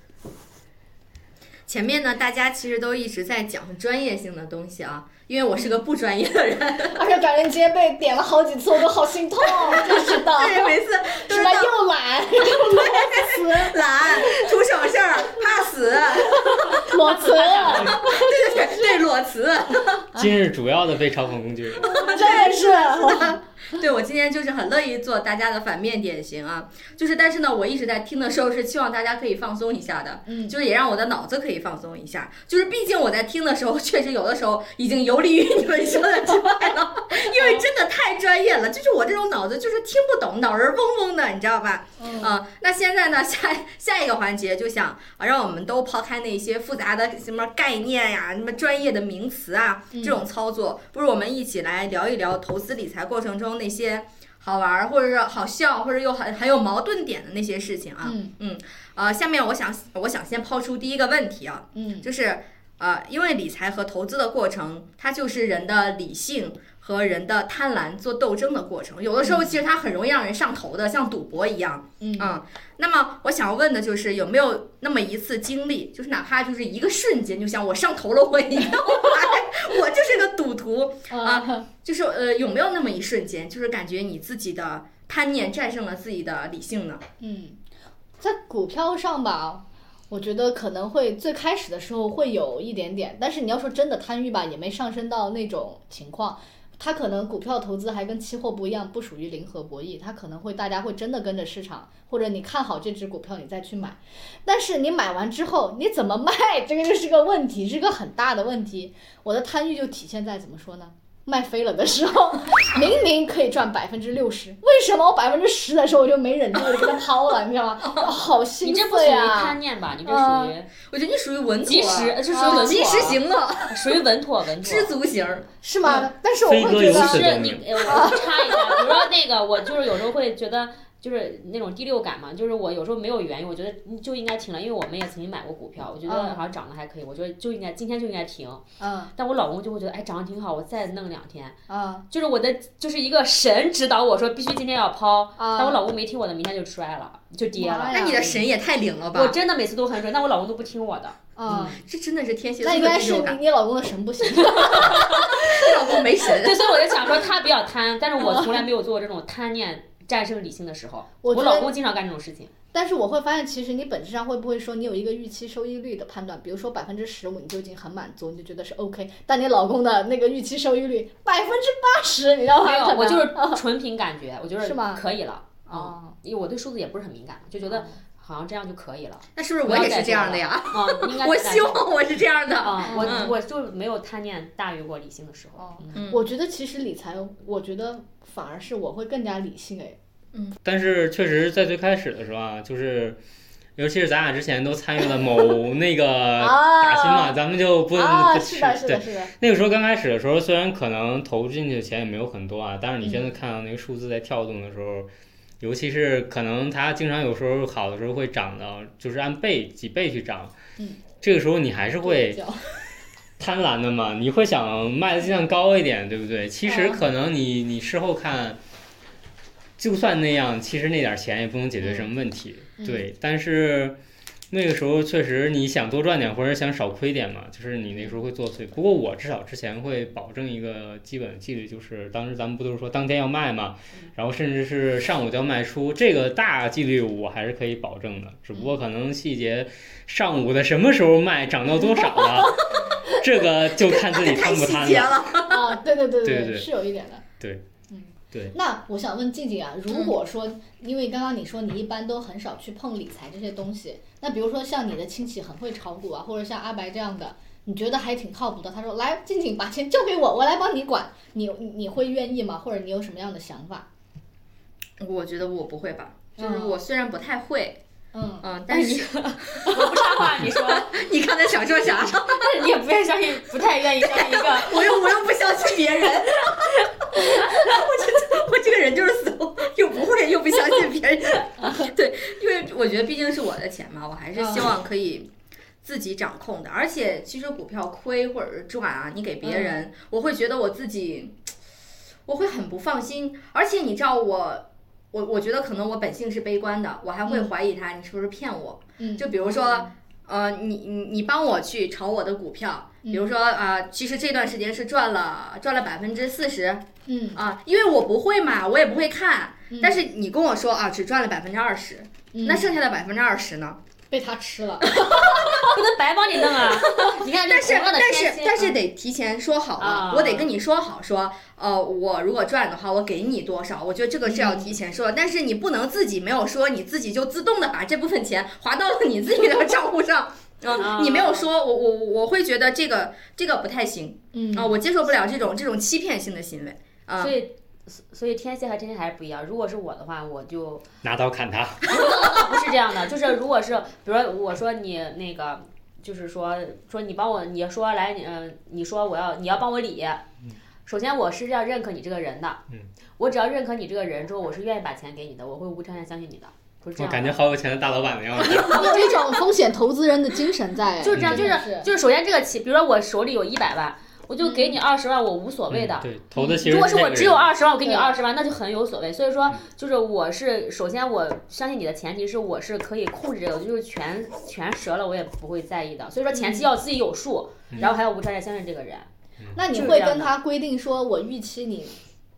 S6: 前面呢，大家其实都一直在讲专业性的东西啊，因为我是个不专业的人，
S1: 而且感觉今天被点了好几次，我都好心痛， 真是的，
S6: 对，每次都
S1: 什
S6: 是
S1: 么
S6: 到
S1: 又懒 又裸
S6: 懒、图省事儿、怕死，
S1: 辞裸辞，
S6: 对对对，对裸辞。
S2: 今日主要的被嘲讽工 具，
S1: 真的是。
S6: 对我今天就是很乐意做大家的反面典型啊，就是但是呢，我一直在听的时候是希望大家可以放松一下的，
S1: 嗯
S6: 就是也让我的脑子可以放松一下，就是毕竟我在听的时候， 确实有的时候已经游离于你们说的之外了，因为真的太专业了，就是我这种脑子就是听不懂，脑仁儿嗡嗡的，你知道吧？嗯、那现在呢， 下下一个环节就想啊，让我们都抛开那些复杂的什么概念呀、什么专业的名词啊
S1: 嗯
S6: 这种操作，不如我们一起来聊一聊投资理财过程中那些好玩儿，或者是好笑，或者又很很有矛盾点的那些事情啊。
S1: 嗯
S6: 呃，下面我想我想先抛出第一个问题啊，
S1: 嗯
S6: 就是呃，因为理财和投资的过程，它就是人的理性和人的贪婪做斗争的过程。有的时候其实它很容易让人上头的，像赌博一样。
S1: 嗯
S6: 嗯，那么我想问的就是有没有那么一次经历，就是哪怕就是一个瞬间，就像我上头了，我一定要买，我就是个赌徒，
S1: 啊，
S6: 就是呃有没有那么一瞬间，就是感觉你自己的贪念战胜了自己的理性呢？
S1: 嗯，在股票上吧，我觉得可能会最开始的时候会有一点点，但是你要说真的贪欲吧，也没上升到那种情况。它可能股票投资还跟期货不一样，不属于零和博弈，它可能会大家会真的跟着市场，或者你看好这只股票你再去买，但是你买完之后你怎么卖，这个就是个问题，是个很大的问题。我的贪欲就体现在怎么说呢？卖飞了的时候，明明可以赚百分之六十，为什么我百分之十的时候我就没忍住我就给它抛了，你知道吗？啊好
S3: 哦你
S1: 心
S3: 这不属
S1: 碎
S3: 于
S1: 啊
S3: 贪！念吧？你这属于
S6: 我觉得你属于稳妥，
S3: 及时，呃这属于
S1: 啊
S3: 稳妥，
S6: 及时，行乐，
S3: 属于稳妥稳妥
S6: 知。足型儿。
S1: 是吗？但是我会
S2: 飞哥
S1: 觉
S2: 有
S1: 得
S2: 此
S3: 是
S2: 懂
S3: 你
S2: 了，
S3: 呃我插一下，比如说那个，我就是有时候会觉得。就是那种第六感嘛，就是我有时候没有原因，我觉得就应该停了，因为我们也曾经买过股票，我觉得
S1: 嗯
S3: 好像涨得还可以，我觉得就应该今天就应该停。
S1: 嗯
S3: 但我老公就会觉得，哎，涨得挺好，我再弄两天。
S1: 啊
S3: 就是我的，就是一个神指导我说必须今天要抛，但我
S1: 啊！
S3: 老公没听我的，明天就摔了，就跌
S1: 妈
S3: 了。
S1: 呀
S6: 那你的神也太灵了
S3: 我
S6: 吧！
S3: 真的每次都很准，但我老公都不听我的。
S1: 啊！
S6: 这真的是天蝎座
S1: 那
S6: 的
S1: 应该
S6: 第
S1: 是
S6: 六
S1: 你
S6: 感，
S1: 你老公的神不行。
S6: 你老公没神。
S3: 对，所以我就想说他比较贪，但是我从来没有做过这种贪念战胜理性的时候。
S1: 我
S3: 我
S1: 觉得
S3: 老公经常干这种事情，
S1: 但是我会发现，其实你本质上会不会说你有一个预期收益率的判断，比如说百分之十五，你就已经很满足，你就觉得是 OK。但你老公的那个预期收益率百分之八十，你知道吗？
S3: 没有，
S1: 哦可能嗯
S3: 我就是纯凭感觉，我就是
S1: 吗
S3: 可以了，嗯，
S1: 哦，
S3: 因为我对数字也不是很敏感，就觉得好像这样就可 以了，
S6: 那是不是我也是这样的呀？
S3: 啊，应该
S6: 我
S3: 是这样
S6: 希望我是这样的。
S3: 啊，
S6: 嗯
S3: 我我就没有贪念大于过理性的时候
S1: 哦，
S3: 嗯
S6: 嗯
S1: 我觉得其实理财，我觉得反而是我会更加理性哎。
S2: 但是确实在最开始的时候啊，就是。尤其是咱俩之前都参与了某那个
S3: 哦
S1: 啊
S2: 打新嘛，咱们就不
S1: 啊，
S2: 不
S1: 是的，是
S2: 对
S1: 的，是的，
S2: 那个时候刚开始的时候，虽然可能投进去的钱也没有很多啊，
S1: 嗯
S2: 但是你真的看到那个数字在跳动的时候，尤其是可能它经常有时候好的时候会涨到，就是按倍几倍去涨，
S1: 嗯，
S2: 这个时候你还是会
S1: 对
S2: 贪婪的嘛，你会想卖的尽量高一点，对不对？其实
S1: 嗯
S2: 可能你你事后看，就算那样，其实那点儿钱也不能解决什么问题，
S1: 嗯
S2: 对。但是那个时候确实你想多赚点或者想少亏点嘛，就是你那时候会作祟。不过我至少之前会保证一个基本的纪律，就是当时咱们不都是说当天要卖嘛，
S3: 嗯
S2: 然后甚至是上午就要卖出，这个大纪律我还是可以保证的，只不过可能细节上午的什么时候卖，涨到多少 了。这个就看自己贪
S6: 太
S2: 不
S6: 细
S2: 贪
S6: 节
S2: 了。
S6: 了，
S1: 啊，对对对
S2: 对
S1: 对
S2: 对
S1: 是有一点的。
S2: 对，
S1: 嗯，
S2: 对。嗯
S1: 那我想问静静啊，如果说，因为刚刚你说你一般都很少去碰理财这些东西，那比如说像你的亲戚很会炒股啊，或者像阿白这样的，你觉得还挺靠谱的，他说来静静把钱交给我，我来帮你管，你你你会愿意吗？或者你有什么样的想法？
S6: 我觉得我不会吧，就是
S1: 嗯
S6: 我虽然不太会，
S1: 嗯，
S6: 嗯，但是
S3: 我不插话，你说，
S6: 你刚才想说啥？
S3: 但是你也不愿意相信，不太愿意相信一个
S6: 我又我又不相信别 人，我这我这个人就是怂，又不会又不相信别 人。对，因为我觉得毕竟是我的钱嘛，我还是希望可以自己掌控的。而且其实股票亏或者是赚啊，你给别人，我会觉得我自己我会很不放心。而且你知道我。我我觉得可能我本性是悲观的，我还会怀疑他，你是不是骗我？
S1: 嗯
S6: 就比如说，呃，你你你帮我去炒我的股票，
S1: 嗯
S6: 比如说啊、呃其实这段时间是赚了赚了百分之四十
S1: 嗯
S6: 啊，因为我不会嘛，我也不会看，
S1: 嗯
S6: 但是你跟我说啊，只赚了百分之二十，
S1: 嗯
S6: 那剩下的百分之二十呢？
S1: 被他吃 了，
S3: 不能白帮你弄啊！你看这
S6: 但是
S3: 同样的
S6: 但
S3: 天
S6: 是
S3: 蝎，
S6: 但是得提前说好
S3: 啊
S6: 了，我得跟你说好说，呃，我如果赚的话，我给你多少，我觉得这个是要提前说的，但是你不能自己没有说，你自己就自动的把这部分钱划到了你自己的账户上。
S3: 啊
S6: 嗯， 你没有说，我我我会觉得这个这个不太行
S1: 嗯
S6: 啊、
S3: 哦
S6: 我接受不了这种这种欺骗性的行为啊
S3: 所。以所以天蝎和天蝎还是不一样。如果是我的话，我就
S2: 拿刀砍他，
S3: 不是这样的，就是如果是比如说我说你那个，就是说说你帮我，你说来，你嗯、你说我要你要帮我理，首先我是要认可你这个人的，
S2: 嗯
S3: 我只要认可你这个人之后，我是愿意把钱给你的，我会无条件相信你的，就是
S2: 我
S3: 这样
S2: 感
S3: 的。
S2: 觉好有钱的大老板的样子。
S3: 啊
S1: 有一种风险投资人的精神在，哎
S3: 就是这样，就
S1: 真
S3: 是
S1: 的
S3: 就是首先这个钱，比如说我手里有一百万，我就给你二十万，我无所谓的。
S2: 嗯对，投的其实
S3: 如果是
S2: 这
S3: 我
S2: 个
S3: 只有
S2: 人
S3: 二十万，我给你
S1: 对
S3: 二十万，那就很有所谓。所以说
S2: 嗯，
S3: 就是我是首先我相信你的前提是我是可以控制这个，就是全全折了我也不会在意的。所以说前期要自己有数，
S2: 嗯
S3: 然后还要无条件相信这个人。
S1: 那你
S3: 就是
S1: 会
S3: 这样
S1: 跟
S3: 的
S1: 他规定说，我预期你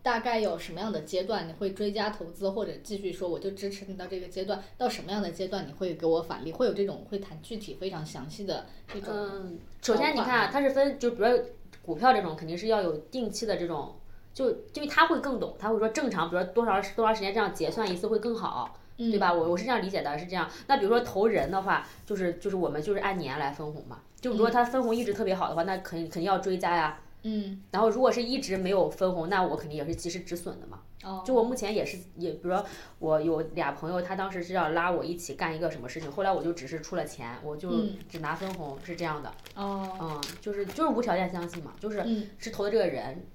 S1: 大概有什么样的阶段，你会追加投资，或者继续说我就支持你到这个阶段，到什么样的阶段你会给我返利，会有这种会谈具体非常详细的这种。
S3: 嗯，首先你看啊，它是分，就比如说股票这种肯定是要有定期的这种就因为他会更懂，他会说正常，比如说多少多长时间这样结算一次会更好，
S1: 嗯
S3: 对吧？我我是这样理解的，是这样。那比如说投人的话，就是就是我们就是按年来分红嘛，就如果他分红一直特别好的话，那肯肯定要追加呀。
S1: 嗯，
S3: 然后如果是一直没有分红，那我肯定也是及时止损的嘛。
S1: 哦，
S3: 就我目前也是，也比如说我有俩朋友，他当时是要拉我一起干一个什么事情，后来我就只是出了钱，我就
S1: 嗯
S3: 只拿分红，是这样的。
S1: 哦，
S3: 嗯，就是就是无条件相信嘛，就是
S1: 嗯，
S3: 是投的这个人，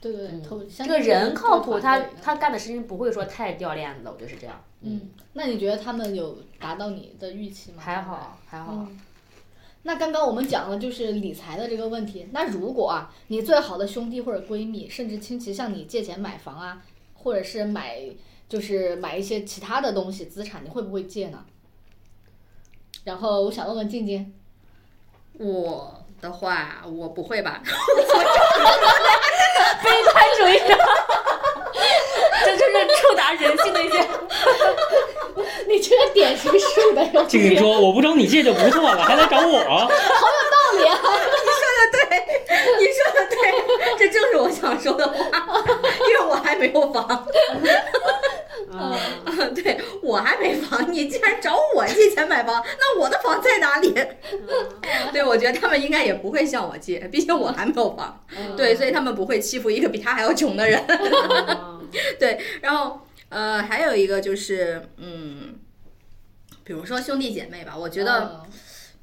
S1: 对对对，
S3: 嗯
S1: 投这
S3: 这个人靠谱，他他干的事情不会说太掉链子的，我觉得是这样。
S1: 嗯，那你觉得他们有达到你的预期吗？
S3: 还好还好，
S1: 嗯，那刚刚我们讲的就是理财的这个问题。那如果啊，你最好的兄弟或者闺蜜，甚至亲戚向你借钱买房啊，或者是买就是买一些其他的东西资产，你会不会借呢？然后我想问问静静，
S6: 我的话，我不会吧？
S3: 悲观主义者，这就是触达人性的一些。
S1: 你这个点评竖的有
S2: 静 静
S1: 点
S2: 说：“我不找你借就不错了，还来找我。
S1: 道理啊。
S6: 你说的对，这正是我想说的话， 因为我还没有房，
S3: 嗯，
S6: 对我还没房，你竟然找我借钱买房，那我的房在哪里？ 对，我觉得他们应该也不会向我借，毕竟我还没有房，
S1: 嗯
S6: 对，所以他们不会欺负一个比他还要穷的人。
S3: 以
S6: 然后呃，还有一个就是嗯，比如说兄弟姐妹吧，我觉
S1: 哦
S6: 得、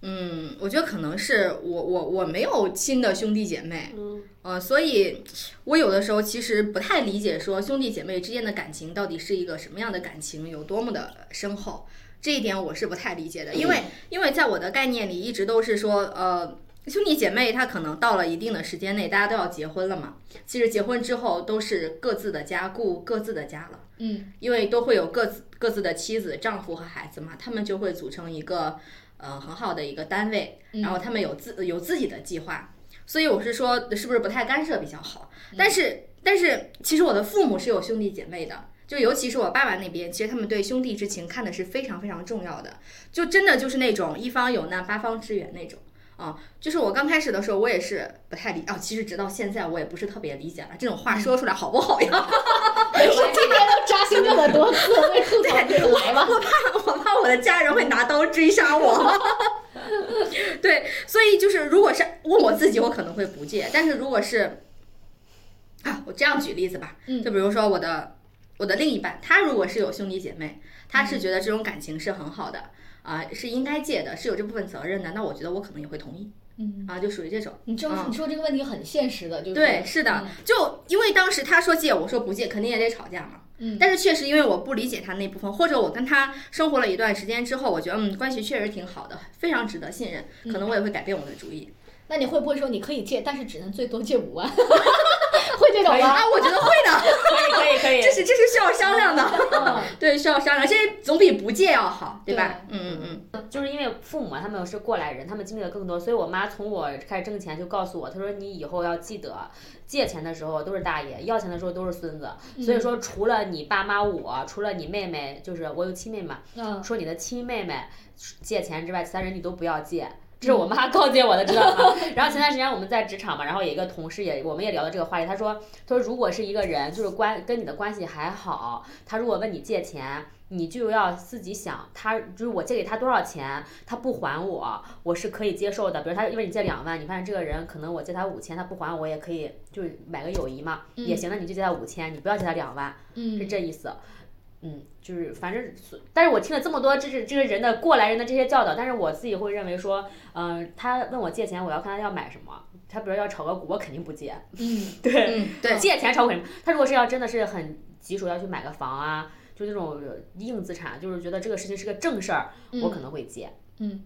S6: 嗯，我觉得可能是我我我没有亲的兄弟姐妹，
S3: 嗯，
S6: 呃，所以我有的时候其实不太理解，说兄弟姐妹之间的感情到底是一个什么样的感情，有多么的深厚，这一点我是不太理解的，因为因为在我的概念里一直都是说，呃，兄弟姐妹他可能到了一定的时间内，大家都要结婚了嘛，其实结婚之后都是各自的家顾各自的家了。
S1: 嗯
S6: 因为都会有各自各自的妻子、丈夫和孩子嘛，他们就会组成一个呃很好的一个单位，
S1: 嗯
S6: 然后他们有自有自己的计划，所以我是说，是不是不太干涉比较好？但是但是，其实我的父母是有兄弟姐妹的。就尤其是我爸爸那边，其实他们对兄弟之情看的是非常非常重要的，就真的就是那种一方有难八方支援那种啊。就是我刚开始的时候，我也是不太理啊，其实直到现在我也不是特别理解了，这种话说出来好不好呀？
S1: 没事，啊今天都扎心这么多次，为吐槽就来吧。
S6: 我怕我的家人会拿刀追杀我。对，所以就是如果是问我自己，我可能会不借，但是如果是啊，我这样举例子吧，
S1: 嗯
S6: 就比如说我的我的另一半，他如果是有兄弟姐妹，他是觉得这种感情是很好的。啊，是应该借的，是有这部分责任的。那我觉得我可能也会同意
S1: 嗯，
S6: 啊，就属于这种。
S1: 你这么
S6: 嗯
S1: 你说这个问题很现实的，就是
S6: 对，是嗯的，就因为当时他说借，我说不借，肯定也得吵架嘛。
S1: 嗯，
S6: 但是确实，因为我不理解他那部分，或者我跟他生活了一段时间之后，我觉得嗯，关系确实挺好的，非常值得信任。可能我也会改变我的主意。
S1: 那你会不会说你可以借，但是只能最多借五万？ 会这种吗？
S6: 啊，我觉得会的，
S3: 可以可以
S6: 这是这是需要商量 的，
S1: 嗯
S6: 对，需要商量，这总比不借要好，对吧？嗯嗯
S3: 就是因为父母啊，他们是过来人，他们经历的更多，所以我妈从我开始挣钱就告诉我，她说你以后要记得，借钱的时候都是大爷，要钱的时候都是孙子。所以说，除了你爸妈我，除了你妹妹，就是我有亲妹嘛，
S1: 嗯，
S3: 说你的亲妹妹借钱之外，其他人你都不要借。这是我妈告诫我的，知道吗？然后前段时间我们在职场嘛，然后有一个同事也，我们也聊到这个话题。他说，他说如果是一个人就是关跟你的关系还好，他如果问你借钱，你就要自己想，他就是我借给他多少钱，他不还我，我是可以接受的。比如他因为你借两万，你发现这个人可能我借他五千，他不还我也可以，就是买个友谊嘛，也行。那你就借他五千，你不要借他两万。是
S1: 嗯，
S3: 这意思。嗯，就是反正，但是我听了这么多，这是这个人的过来人的这些教导，但是我自己会认为说，嗯、他问我借钱，我要看他要买什么。他比如要炒个股，我肯定不借。
S1: 嗯，
S3: 对，
S6: 嗯，对，
S3: 借钱炒股肯定不。他如果是要真的是很棘手要去买个房啊，就那种硬资产，就是觉得这个事情是个正事儿，我可能会借。
S1: 嗯，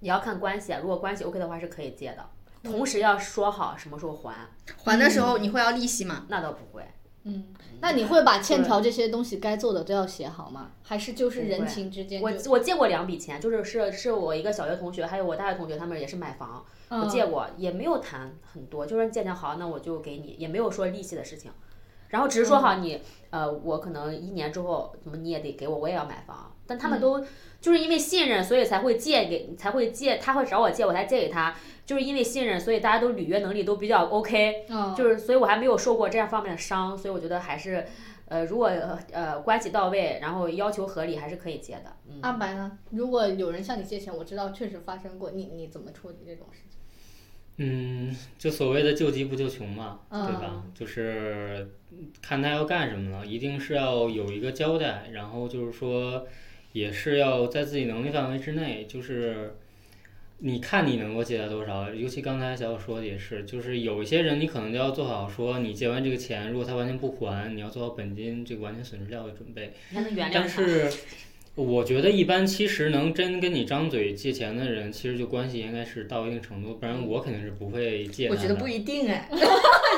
S3: 也要看关系，啊如果关系 OK 的话是可以借的，
S1: 嗯
S3: 同时要说好什么时候还，
S6: 还的时候你会要利息吗？
S3: 那倒不会。
S1: 嗯，那你会把欠条这些东西该做的都要写好吗？还是就是人情之间就？
S3: 我我借过两笔钱，就是是是我一个小学同学，还有我大学同学，他们也是买房，我借过，也没有谈很多，就是借钱好，那我就给你，也没有说利息的事情，然后只是说好你，呃，我可能一年之后，怎么你也得给我，我也要买房。但他们都就是因为信任，所以才会借给，才会借，他会找我借，我才借给他，就是因为信任，所以大家都履约能力都比较 OK，
S1: 嗯，
S3: 就是所以我还没有受过这样方面的伤，所以我觉得还是，呃，如果呃关系到位，然后要求合理，还是可以借的。嗯，
S1: 阿白呢？如果有人向你借钱，我知道确实发生过，你你怎么处理这种事情？
S2: 嗯，就所谓的救急不救穷嘛，
S1: 嗯
S2: 对吧？就是看他要干什么了，一定是要有一个交代，然后就是说，也是要在自己能力范围之内，就是你看你能够借到多少。尤其刚才小小说的也是，就是有一些人你可能就要做好说，你借完这个钱，如果他完全不还，你要做好本金这个完全损失掉的准备。
S3: 你还能原谅
S2: 但
S3: 他。
S2: 是我觉得一般，其实能真跟你张嘴借钱的人，其实就关系应该是到一定程度，不然我肯定是不会借他
S6: 我
S2: 的。
S6: 觉得不一定 哎，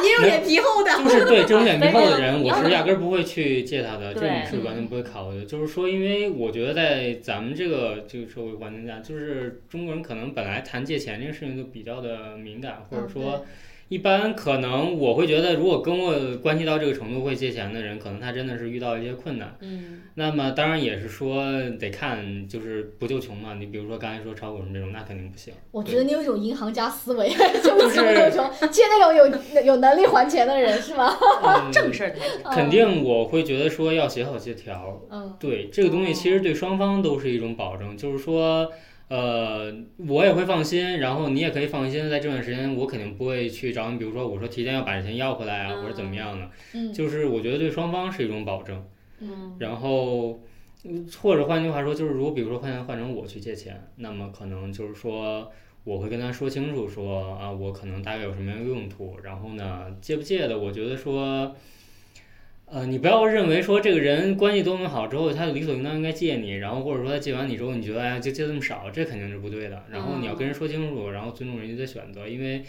S6: 也有脸皮 厚的。
S2: 就是对，这种脸皮厚的
S3: 没有
S2: 人，
S3: 你
S2: 我
S3: 要
S2: 是压根儿不会去借他的，这
S3: 对
S2: 你是完全不会考虑的。就是说，因为我觉得在咱们这个这个社会环境下，就是中国人可能本来谈借钱这个事情就比较的敏感，或者
S3: 哦
S2: 说。一般可能我会觉得，如果跟我关系到这个程度会借钱的人，可能他真的是遇到一些困难。
S3: 嗯，
S2: 那么当然也是说得看，就是不就穷嘛。你比如说刚才说炒股什么这种，那肯定不 行。
S1: 我
S2: 对
S1: 觉得你有一种银行家思 维，就是
S2: 是
S1: 什么都穷，借那种有有能力还钱的人是吗？
S2: 嗯
S3: 正事儿才是。
S2: 肯定我会觉得说要写好借条。
S1: 嗯，
S2: 对这个东西，其实对双方都是一种保证，就是说。呃，我也会放心，然后你也可以放心，在这段时间我肯定不会去找你，比如说我说提前要把这钱要回来啊，
S3: 嗯
S2: 或者怎么样的，
S1: 嗯
S2: 就是我觉得对双方是一种保证。
S3: 嗯，
S2: 然后，嗯或者换句话说，就是如果比如说换换成我去借钱，那么可能就是说我会跟他说清楚说，啊，我可能大概有什么样的用途，然后呢，借不借的，我觉得说。呃，你不要认为说这个人关系多么好之后，他理所应当应该借你，然后或者说他借完你之后，你觉得哎呀就借这么少，这肯定是不对的。然后你要跟人说清楚，然后尊重人家的选择，因为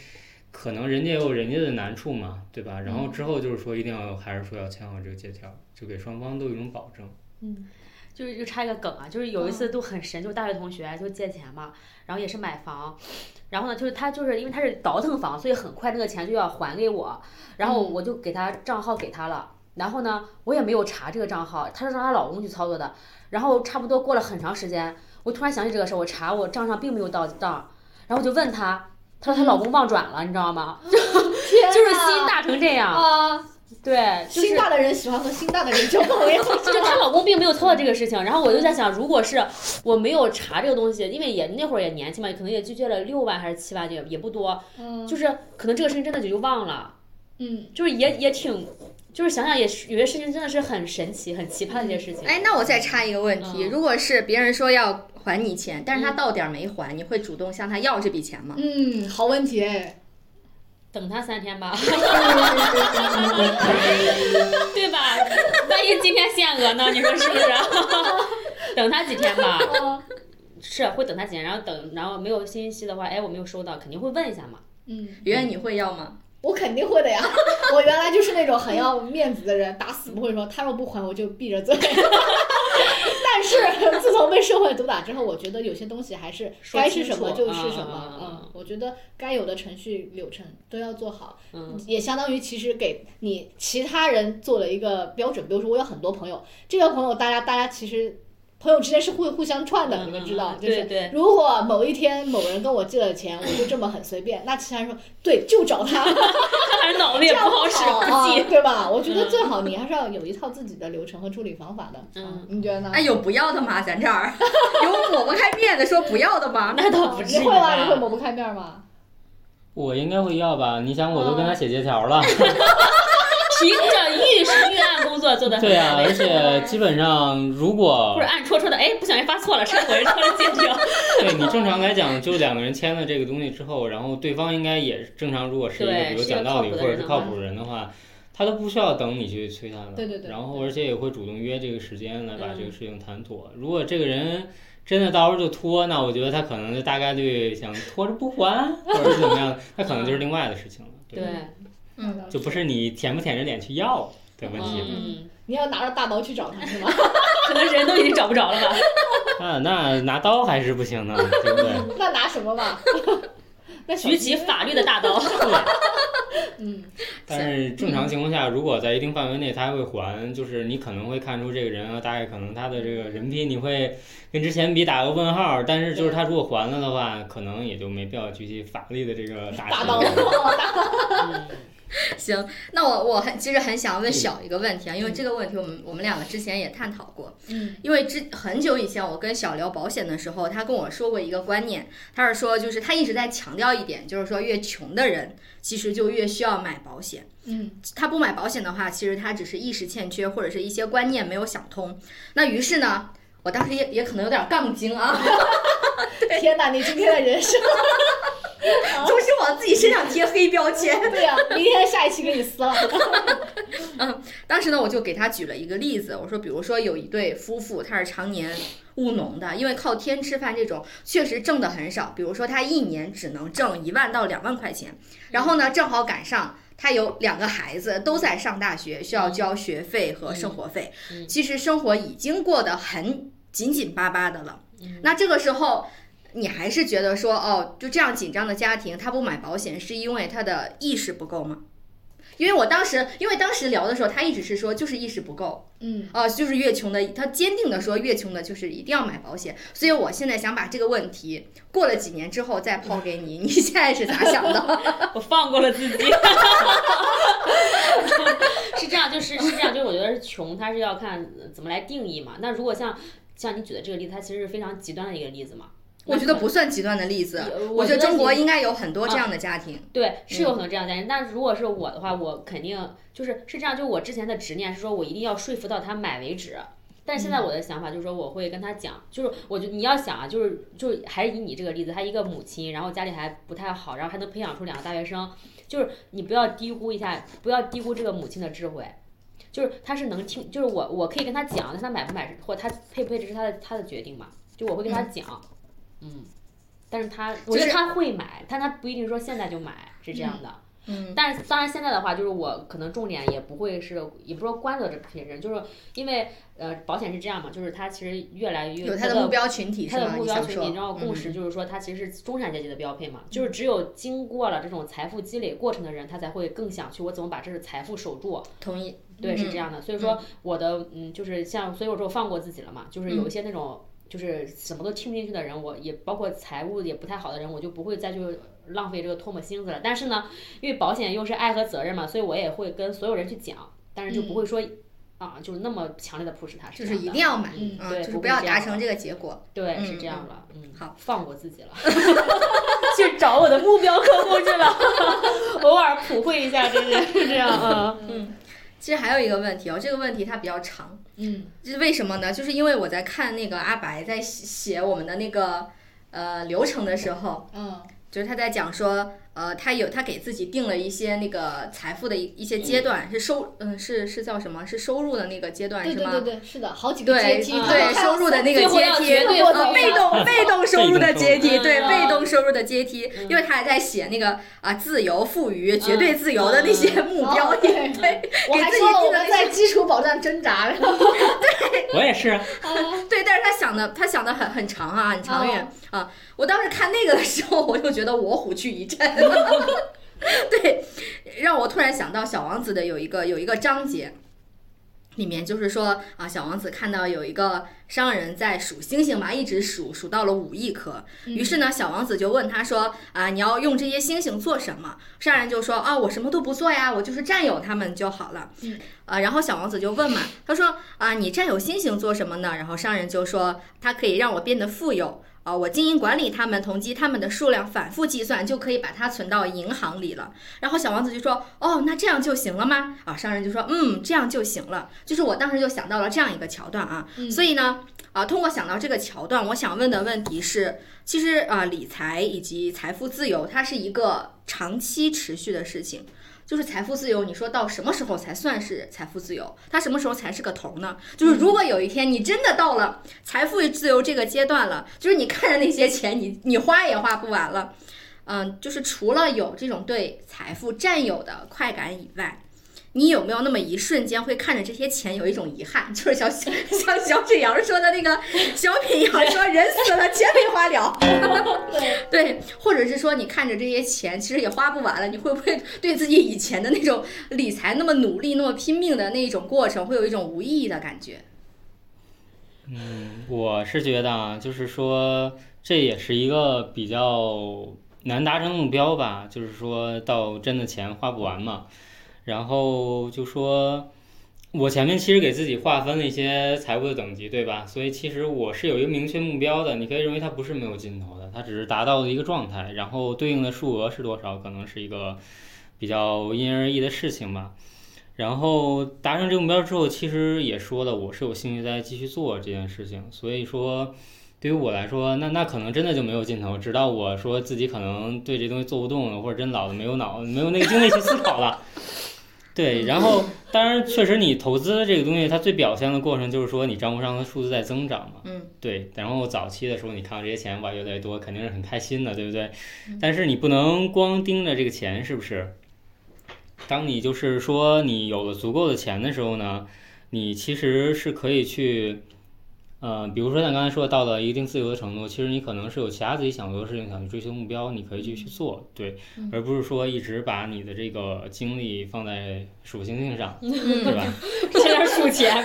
S2: 可能人家有人家的难处嘛，对吧？然后之后就是说一定要还是说要签好这个借条，就给双方都有一种保证。
S3: 就是就插一个梗啊，就是有一次都很神，就是大学同学就借钱嘛，然后也是买房，然后呢，就是他就是因为他是倒腾房，所以很快那个钱就要还给我，然后我就给他账号给他了，然后呢，我也没有查这个账号，他是让她老公去操作的，然后差不多过了很长时间，我突然想起这个事儿，我查我账上并没有到账，然后我就问她，她说她老公忘转了，你知道吗？
S1: 天哪，
S3: 就是心大成这样，
S1: 啊，
S3: 对，就是
S1: 心大的人喜欢和心大的人交朋友。
S3: 就她老公并没有操到这个事情，然后我就在想，如果是我没有查这个东西，因为也那会儿也年轻嘛，可能也就借了六万还是七万，也也不多，
S1: 嗯
S3: 就是可能这个事情真的就就忘了，
S1: 嗯，
S3: 就是也也挺，就是想想也是有些事情真的是很神奇、很奇葩的一些事情。
S6: 哎，那我再插一个问题，
S3: 嗯
S6: 如果是别人说要还你钱，但是他到点儿没还，你会主动向他要这笔钱吗？
S1: 嗯，好问题哎。
S3: 等他三天吧，对吧？万一今天限额呢？你说是不 是？等他几天吧，是会等他几天，然后等然后没有信息的话，哎，我没有收到，肯定会问一下嘛。
S1: 嗯，
S6: 圆圆，你会要吗？
S1: 我肯定会的呀。 我原来就是那种很要面子的人，打死不会说他若不还我就闭着嘴。 但是自从被社会毒打之后，我觉么，有些东西还是
S3: 说
S1: 该
S3: 清
S1: 是什么
S3: 楚
S1: 就是
S3: 嗯
S1: 什
S3: 嗯
S1: 么。
S3: 嗯嗯
S1: 嗯，我觉得该有的程序流程都要做好。
S3: 嗯，
S1: 也相当于其实给你其他人做了一个标准。比如说，我有很多朋友，这个朋友大家大家其实朋友之间是会互相串的，
S3: 嗯
S1: 你
S3: 嗯
S1: 们知道，
S3: 嗯
S1: 就
S3: 对
S1: 是
S3: 对
S1: 如果某一天某人跟我借了钱，我就这么很随便，那其他人说对，就找他，
S3: 他还是脑子
S1: 这
S3: 也不
S1: 样
S3: 好 使，
S1: 啊
S3: 不记。，嗯
S1: 对吧？我觉得最好你还是要有一套自己的流程和处理方法的。啊
S3: 嗯，
S1: 你觉得呢
S6: 哎，？有不要的吗？咱这 儿有抹不开面子说不要的吗？
S3: 那倒不至
S1: 你
S3: 于
S1: 会吗？你会抹不开面吗？
S2: 我应该会要吧？你想，我都
S3: 嗯
S2: 跟他写借条 了，
S3: 凭着预示预案工作做的很
S2: 对 啊，
S3: 到
S2: 而
S3: 位，
S2: 且基本上如果
S3: 或者暗戳戳的，哎，不小心发错了，上回抄了借条。
S2: 对你正常来讲，就两个人签了这个东西之后，然后对方应该也是正常，如果是一个
S3: 对
S2: 比如
S3: 是一个
S2: 讲道理
S3: 靠
S2: 或
S3: 谱的
S2: 者是
S3: 人的
S2: 靠
S3: 话
S2: 谱的人的话，他都不需要等你去催他了。
S1: 对对对
S2: 然后而且也会主动约这个时间来把这个
S3: 嗯
S2: 事情谈妥。如果这个人真的到时候就拖，那我觉得他可能就大概率想拖着不还，或者是怎么样，那可能就是另外的事情了。
S3: 对，，
S6: 嗯
S2: 就不是你舔不舔着脸去要的问题了。
S3: 嗯，
S1: 你要拿着大刀去找他是 吗？
S3: 可能人都已经找不着了吧。
S2: 那嗯那拿刀还是不行的，对不对？
S1: 那拿什么吧？那小
S3: 举
S1: 心
S3: 起法律的大刀，
S1: 嗯，
S2: 但是正常情况下，如果在一定范围内，他还会还，就是你可能会看出这个人啊，大概可能他的这个人品，你会跟之前比打个问号。但是就是他如果还了的话，可能也就没必要举起法律的这个大
S1: 大
S2: 旗
S1: 刀。
S6: 行，那我我很其实很想
S3: 嗯
S6: 问小一个问题啊，因为这个问题我们我们两个之前也探讨过，
S1: 嗯，
S6: 因为之很久以前我跟小聊保险的时候，他跟我说过一个观念，他是说就是他一直在强调一点，就是说越穷的人其实就越需要买保险，
S1: 嗯，
S6: 他不买保险的话，其实他只是意识欠缺或者是一些观念没有想通，那于是呢。我当时也也可能有点杠精啊，
S1: 天哪，你今天的人生，
S6: 总是往自己身上贴黑标签。
S1: 对呀、明天下一期给你撕了。
S6: 当时呢，我就给他举了一个例子，我说，比如说有一对夫妇，他是常年务农的，因为靠天吃饭这种确实挣的很少。比如说他一年只能挣一万到两万块钱，然后呢，正好赶上。他有两个孩子都在上大学，需要交学费和生活费
S3: 嗯嗯。嗯
S6: 其实生活已经过得很紧紧巴巴的了。
S3: 嗯
S6: 那这个时候，你还是觉得说，哦，就这样紧张的家庭，他不买保险是因为他的意识不够吗？因为我当时，因为当时聊的时候，他一直是说就是意识不够，
S1: 嗯，
S6: 啊，就是越穷的，他坚定的说越穷的就是一定要买保险。所以我现在想把这个问题过了几年之后再抛给你，你现在是咋想的？
S3: 我放过了自己。 是这样，就是是这样，就是我觉得是穷，它是要看呃怎么来定义嘛。那如果像像你举的这个例子，它其实是非常极端的一个例子嘛。
S6: 我觉得不算极端的例子，
S3: 呃，
S6: 我
S3: 我
S6: 觉得中国
S3: 你啊
S6: 应该有很多这样的家庭。嗯
S3: 对是有可能这样的家庭，但如果是我的话，我肯定就是是这样，就我之前的执念是说我一定要说服到他买为止。但是现在
S6: 嗯
S3: 我的想法就是说，我会跟他讲，就是我觉得你要想啊，就是就是还是以你这个例子，她一个母亲，然后家里还不太好，然后还能培养出两个大学生，就是你不要低估一下，不要低估这个母亲的智慧，就是她是能听，就是我我可以跟她讲，但是她买不买或者她配不配置是她的她的决定嘛，就我会跟她讲，嗯，但是她我觉
S6: 就
S3: 得
S6: 是
S3: 她会买，但她不一定说现在就买是这样的，
S6: 嗯，
S3: 但是当然现在的话，就是我可能重点也不会是，也不是说关注到这些人，就是因为呃，保险是这样嘛，就是它其实越来越
S6: 有他
S3: 各
S6: 的
S3: 个
S6: 目标群体是
S3: 它的
S6: 吗？
S3: 目
S6: 你
S3: 标
S6: 想
S3: 群体，然后
S6: 说，嗯
S3: 共识就是说，它其实是中产阶级的标配嘛，就是只有经过了这种财富积累过程的人，他才会更想去我怎么把这个财富守住，
S6: 同意。
S3: 对，是
S6: 嗯
S3: 这样的。所以说我的嗯，就是像，所以我说我放过自己了嘛，就是
S6: 嗯
S3: 有一些那种就是什么都听不进去的人，我也包括财务也不太好的人，我就不会再去浪费这个唾沫星子了。但是呢，因为保险又是爱和责任嘛，所以我也会跟所有人去讲，但是就不会说、啊，就是那么强烈的 push 他，
S6: 嗯就是
S3: 这样
S6: 一
S3: 的
S6: 定要买，
S1: 嗯
S6: 啊，
S3: 对
S6: 就是
S3: 不
S6: 不要
S3: 会这样
S6: 达成这个结果，
S3: 对，
S6: 嗯
S3: 是这样了，嗯，
S6: 好，
S3: 放过自己了， 去找我的目标客户去了， 偶尔普惠一下，真是是这样啊，
S6: 其实还有一个问题哦，这个问题它比较长，
S1: 嗯，
S6: 这是为什么呢？就是因为我在看那个阿白在写写我们的那个呃流程的时候，
S1: 嗯，
S6: 就是他在讲说，呃，他有他给自己定了一些那个财富的一一些阶段，是收，嗯，是是叫什么？是收入的那个阶段
S1: 对
S6: 是
S1: 对
S6: 吗？呃
S1: 对对，是的，好几个阶
S6: 对
S1: 梯，
S3: 嗯
S6: 对，收入的那个
S3: 最后
S6: 阶
S3: 要
S6: 梯，
S3: 绝对
S1: 回
S6: 呃，
S1: 到
S6: 被动被动收入的阶梯，
S3: 嗯
S6: 对，
S3: 嗯
S6: 被动收入的阶梯，
S1: 嗯
S6: 因为他还在写那个啊，自由、富裕、绝对自由的那些目标，
S1: 哦
S6: 对
S1: 对我还说了我们在基础保障挣扎，然后
S2: 我也是啊，
S6: 对，但是他想的他想的很很长啊，很长远啊。我当时看那个的时候，我就觉得我虎躯一震。对，让我突然想到《小王子》的有一个有一个章节，里面就是说啊，小王子看到有一个商人在数星星嘛，一直数数到了五亿颗。 于是
S1: 嗯
S6: 呢，小王子就问他说啊，你要用这些星星做什么？商人就说啊，我什么都不做呀，我就是占有他们就好了。
S1: 嗯，
S6: 啊，然后小王子就问嘛，他说啊，你占有星星做什么呢？然后商人就说，它可以让我变得富有。啊，我经营管理它们，统计它们的数量，反复计算，就可以把它存到银行里了。然后小王子就说：“哦，那这样就行了吗？”啊，商人就说：“嗯，这样就行了。”就是我当时就想到了这样一个桥段啊，
S1: 嗯
S6: 所以呢，啊，通过想到这个桥段，我想问的问题是，其实啊，理财以及财富自由，它是一个长期持续的事情。就是财富自由，你说到什么时候才算是财富自由？它什么时候才是个头呢？就是如果有一天你真的到了财富自由这个阶段了，就是你看着那些钱，你你花也花不完了，嗯，就是除了有这种对财富占有的快感以外，你有没有那么一瞬间会看着这些钱有一种遗憾？ 就是小像小沈阳说的那个小品一样，说人死了钱没花了，
S1: 嗯
S6: 对，或者是说你看着这些钱其实也花不完了，你会不会 对自己以前的那种理财那么努力、那么拼命的那种过程，会有一种无意义的感 觉？
S2: 嗯，我是觉得啊，就是说这也是一个比较难达成的目标吧，就是说到真的钱花不完嘛。然后就说，我前面其实给自己划分了一些财务的等级，对吧？所以其实我是有一个明确目标的，你可以认为它不是没有尽头的，它只是达到了一个状态，然后对应的数额是多少，可能是一个比较因人而异的事情吧。然后达成这个目标之后，其实也说了，我是有兴趣再继续做这件事情。所以说，对于我来说，那那可能真的就没有尽头，直到我说自己可能对这东西做不动了，或者真老了没有脑没有那个精力去思考了。对，然后当然确实，你投资这个东西，它最表现的过程就是说你账户上的数字在增长嘛。
S6: 嗯。
S2: 对，然后早期的时候，你看到这些钱哇越来越多，肯定是很开心的，对不对？但是你不能光盯着这个钱，是不是？当你就是说你有了足够的钱的时候呢，你其实是可以去，呃，比如说像刚才说到了一定自由的程度，其实你可能是有其他自己想做的事情，想去追求目标，你可以去去做，对，而不是说一直把你的这个精力放在数星星
S6: 嗯
S2: 上，对吧？
S3: 在那数钱。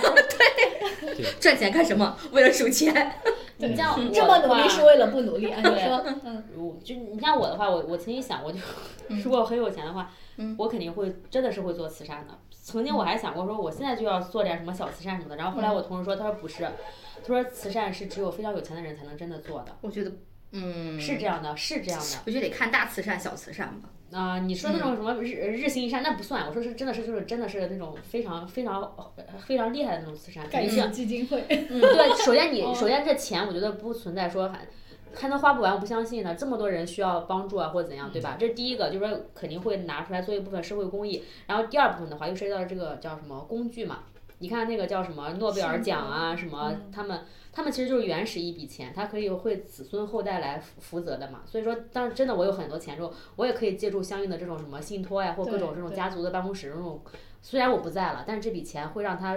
S6: 赚钱干什么？为了数钱。
S3: 你像
S1: 嗯
S3: 我
S5: 这么
S3: 的
S5: 努
S3: 话
S5: 力是为了不努力
S1: 哎
S5: 啊？你
S3: 对
S5: 说，嗯，
S3: 我就你像我的话，我我曾经想过，就
S6: 嗯
S3: 如果很有钱的话，我肯定会真的是会做慈善的。曾经我还想过说，我现在就要做点什么小慈善什么的。然后后
S6: 嗯
S3: 来我同事说，他说不是，他说慈善是只有非常有钱的人才能真的做的，
S6: 我觉得，嗯，
S3: 是这样的，是这样的。
S6: 我觉得得看大慈善、小慈善吧。
S3: 啊、你说那种什么日日行一善，那不算。我说是真的是就是真的是那种非常非常呃非常厉害的那种慈善，肯
S5: 改
S3: 定是
S5: 革基金会，
S3: 对，首先
S5: 哦
S3: 你首先这钱，我觉得不存在说还还能花不完，我不相信的。这么多人需要帮助啊，或者怎样，对
S5: 嗯
S3: 吧？这是第一个，就是说肯定会拿出来做一部分社会公益。然后第二部分的话，又涉及到这个叫什么工具嘛？你看那个叫什么诺贝尔奖啊，什么
S5: 嗯
S3: 他们他们其实就是原始一笔钱，它可以会子孙后代来福福泽的嘛。所以说，当真的我有很多钱之后，我也可以借助相应的这种什么信托呀，或各种这种
S5: 对
S3: 家族的办公室这种，虽然我不在了，但是这笔钱会让他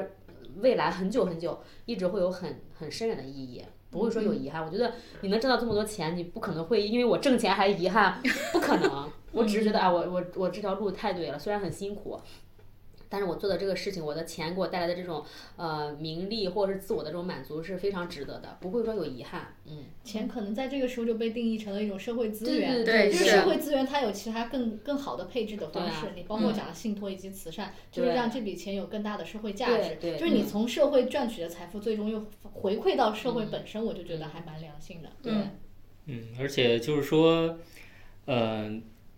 S3: 未来很久很久一直会有很很深远的意义，不会说有遗憾。我觉得你能挣到这么多钱，你不可能会因为我挣钱还遗憾，不可能。我只是觉得啊，我我我这条路太对了，虽然很辛苦。但是我做的这个事情，我的钱给我带来的这种呃名利或者是自我的这种满足是非常值得的，不会说有遗憾。嗯，
S1: 钱可能在这个时候就被定义成了一种社会资源。
S6: 对
S1: 就
S3: 就是
S6: 是
S1: 社会资源，它有其他更更好的配置的方
S3: 对啊
S1: 式，你包
S6: 嗯
S1: 括讲的信托以及慈善，就是
S3: 对
S1: 让这笔钱有更大的社会价
S3: 对
S1: 值。
S3: 对
S1: 就是
S6: 嗯
S1: 你从社会赚取的财富，最终又回馈到社
S6: 嗯
S1: 会本身，我就觉得还蛮良心的。对，
S2: 嗯，而且就是说，呃，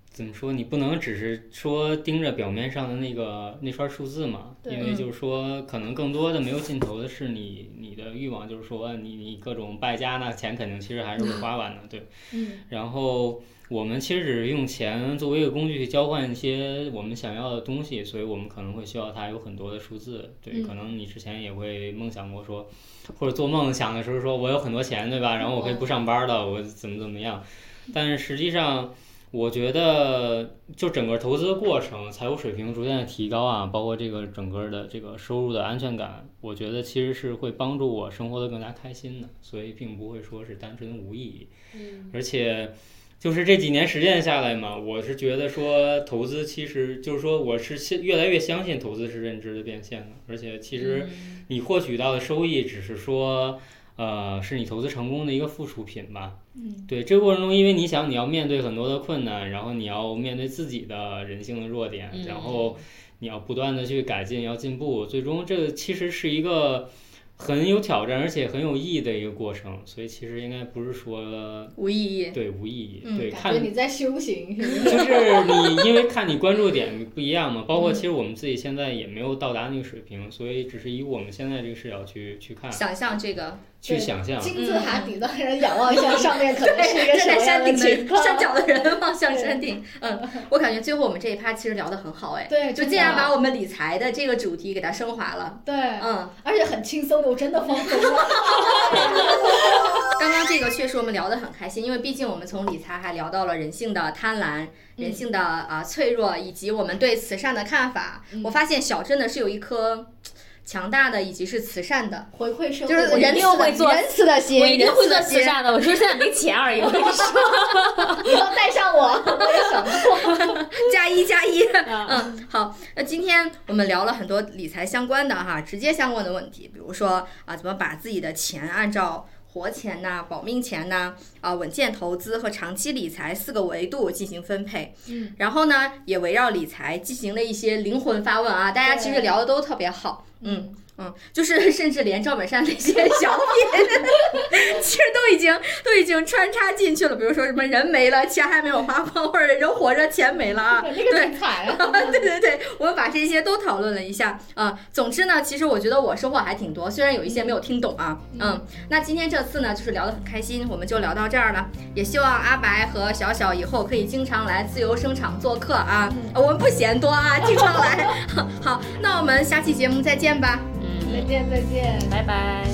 S2: 怎么说？你不能只是说盯着表面上的那个那串数字嘛，因
S1: 嗯
S2: 为就是说，可能更多的没有尽头的是你你的欲望，就是说你你各种败家，那钱肯定其实还是会花完的，对。
S1: 嗯。
S2: 然后我们其实只是用钱作为一个工具去交换一些我们想要的东西，所以我们可能会需要它有很多的数字，
S1: 嗯
S2: 对，可能你之前也会梦想过说。或者做梦想的时候说我有很多钱，对吧？然后我可以不上班了，我怎么怎么样？但是实际上，我觉得就整个投资的过程，财务水平逐渐的提高啊，包括这个整个的这个收入的安全感，我觉得其实是会帮助我生活的更加开心的，所以并不会说是单纯的无意义。而且。就是这几年实践下来嘛，我是觉得说投资其实就是说我是现越来越相信投资是认知的变现的，而且其实你获取到的收益只是说，呃，是你投资成功的一个附属品吧。嗯，对，这个过程中，因为你想你要面对很多的困难，然后你要面对自己的人性的弱点，
S3: 嗯
S2: 然后你要不断的去改进，要进步，最终这个其实是一个很有挑战而且很有意义的一个过程。所以其实应该不是说
S1: 嗯
S6: 无意义。
S2: 对无意义，
S6: 嗯
S2: 对
S1: 感
S2: 看
S1: 觉你在修行，是不是？
S2: 就是你，因为看你关注点不一样嘛，包括其实我们自己现在也没有到达那个水平，所以只是以我们现在这个视角去去
S1: 嗯
S2: 看、
S6: 想象 这个
S2: 去想象。
S1: 金字塔顶端人仰望一下上面，可能是一个
S6: 站
S1: 什么
S6: 嗯在
S1: 样
S6: 山
S1: 的
S6: 顶
S1: 情
S6: 的
S1: 况？
S6: 山脚的人望向山顶。嗯，我感觉最后我们这一趴其实聊得很好哎，
S1: 对，
S6: 就
S1: 真
S6: 尽量
S1: 的啊
S6: 把我们理财的这个主题给它升华了。
S1: 对，
S6: 嗯，
S1: 而且很轻松的，我真的放松了。
S6: 刚刚这个确实我们聊得很开心，因为毕竟我们从理财还聊到了人性的贪
S3: 嗯
S6: 婪、人性的啊、呃脆弱，以及我们对慈善的看法。
S3: 嗯
S6: 我发现小真的是有一颗强大的以及是慈善的，
S1: 回馈社
S6: 就
S1: 会，
S6: 是
S1: 我
S6: 仁
S1: 一定
S6: 慈的
S3: 会做
S6: 仁慈的心，
S3: 我一定会做
S6: 仁慈的
S3: 慈
S6: 心。
S3: 善的，我就是现在没钱而已。我跟你说，
S1: 你要带上我，我也想过。
S6: 加一加 一， 嗯，好，那今天我们聊了很多理财相关的哈，直接相关的问题，比如说啊，怎么把自己的钱按照活钱呐、保命钱呐、啊、稳健投资和长期理财四个维度进行分配，嗯，然后呢，也围绕理财进行了一些灵魂发问啊，大家其实聊的都特别好，嗯。嗯，就是甚至连赵本山那些小品，其实都已经都已经穿插进去了。比如说什么人没了，钱还没有花光，或者人活着钱没了啊，
S1: 这嗯个精彩啊！
S6: 对对对，我们把这些都讨论了一下啊、总之呢，其实我觉得我收获还挺多，虽然有一些没有听懂啊。嗯，那今天这次呢，就是聊得很开心，我们就聊到这儿了。也希望阿白和小小以后可以经常来自由声场做客啊，呃我们不嫌多啊，经常 来。好，那我们下期节目再见吧。
S1: 再
S3: 嗯，
S1: 见，再见。
S3: 拜拜。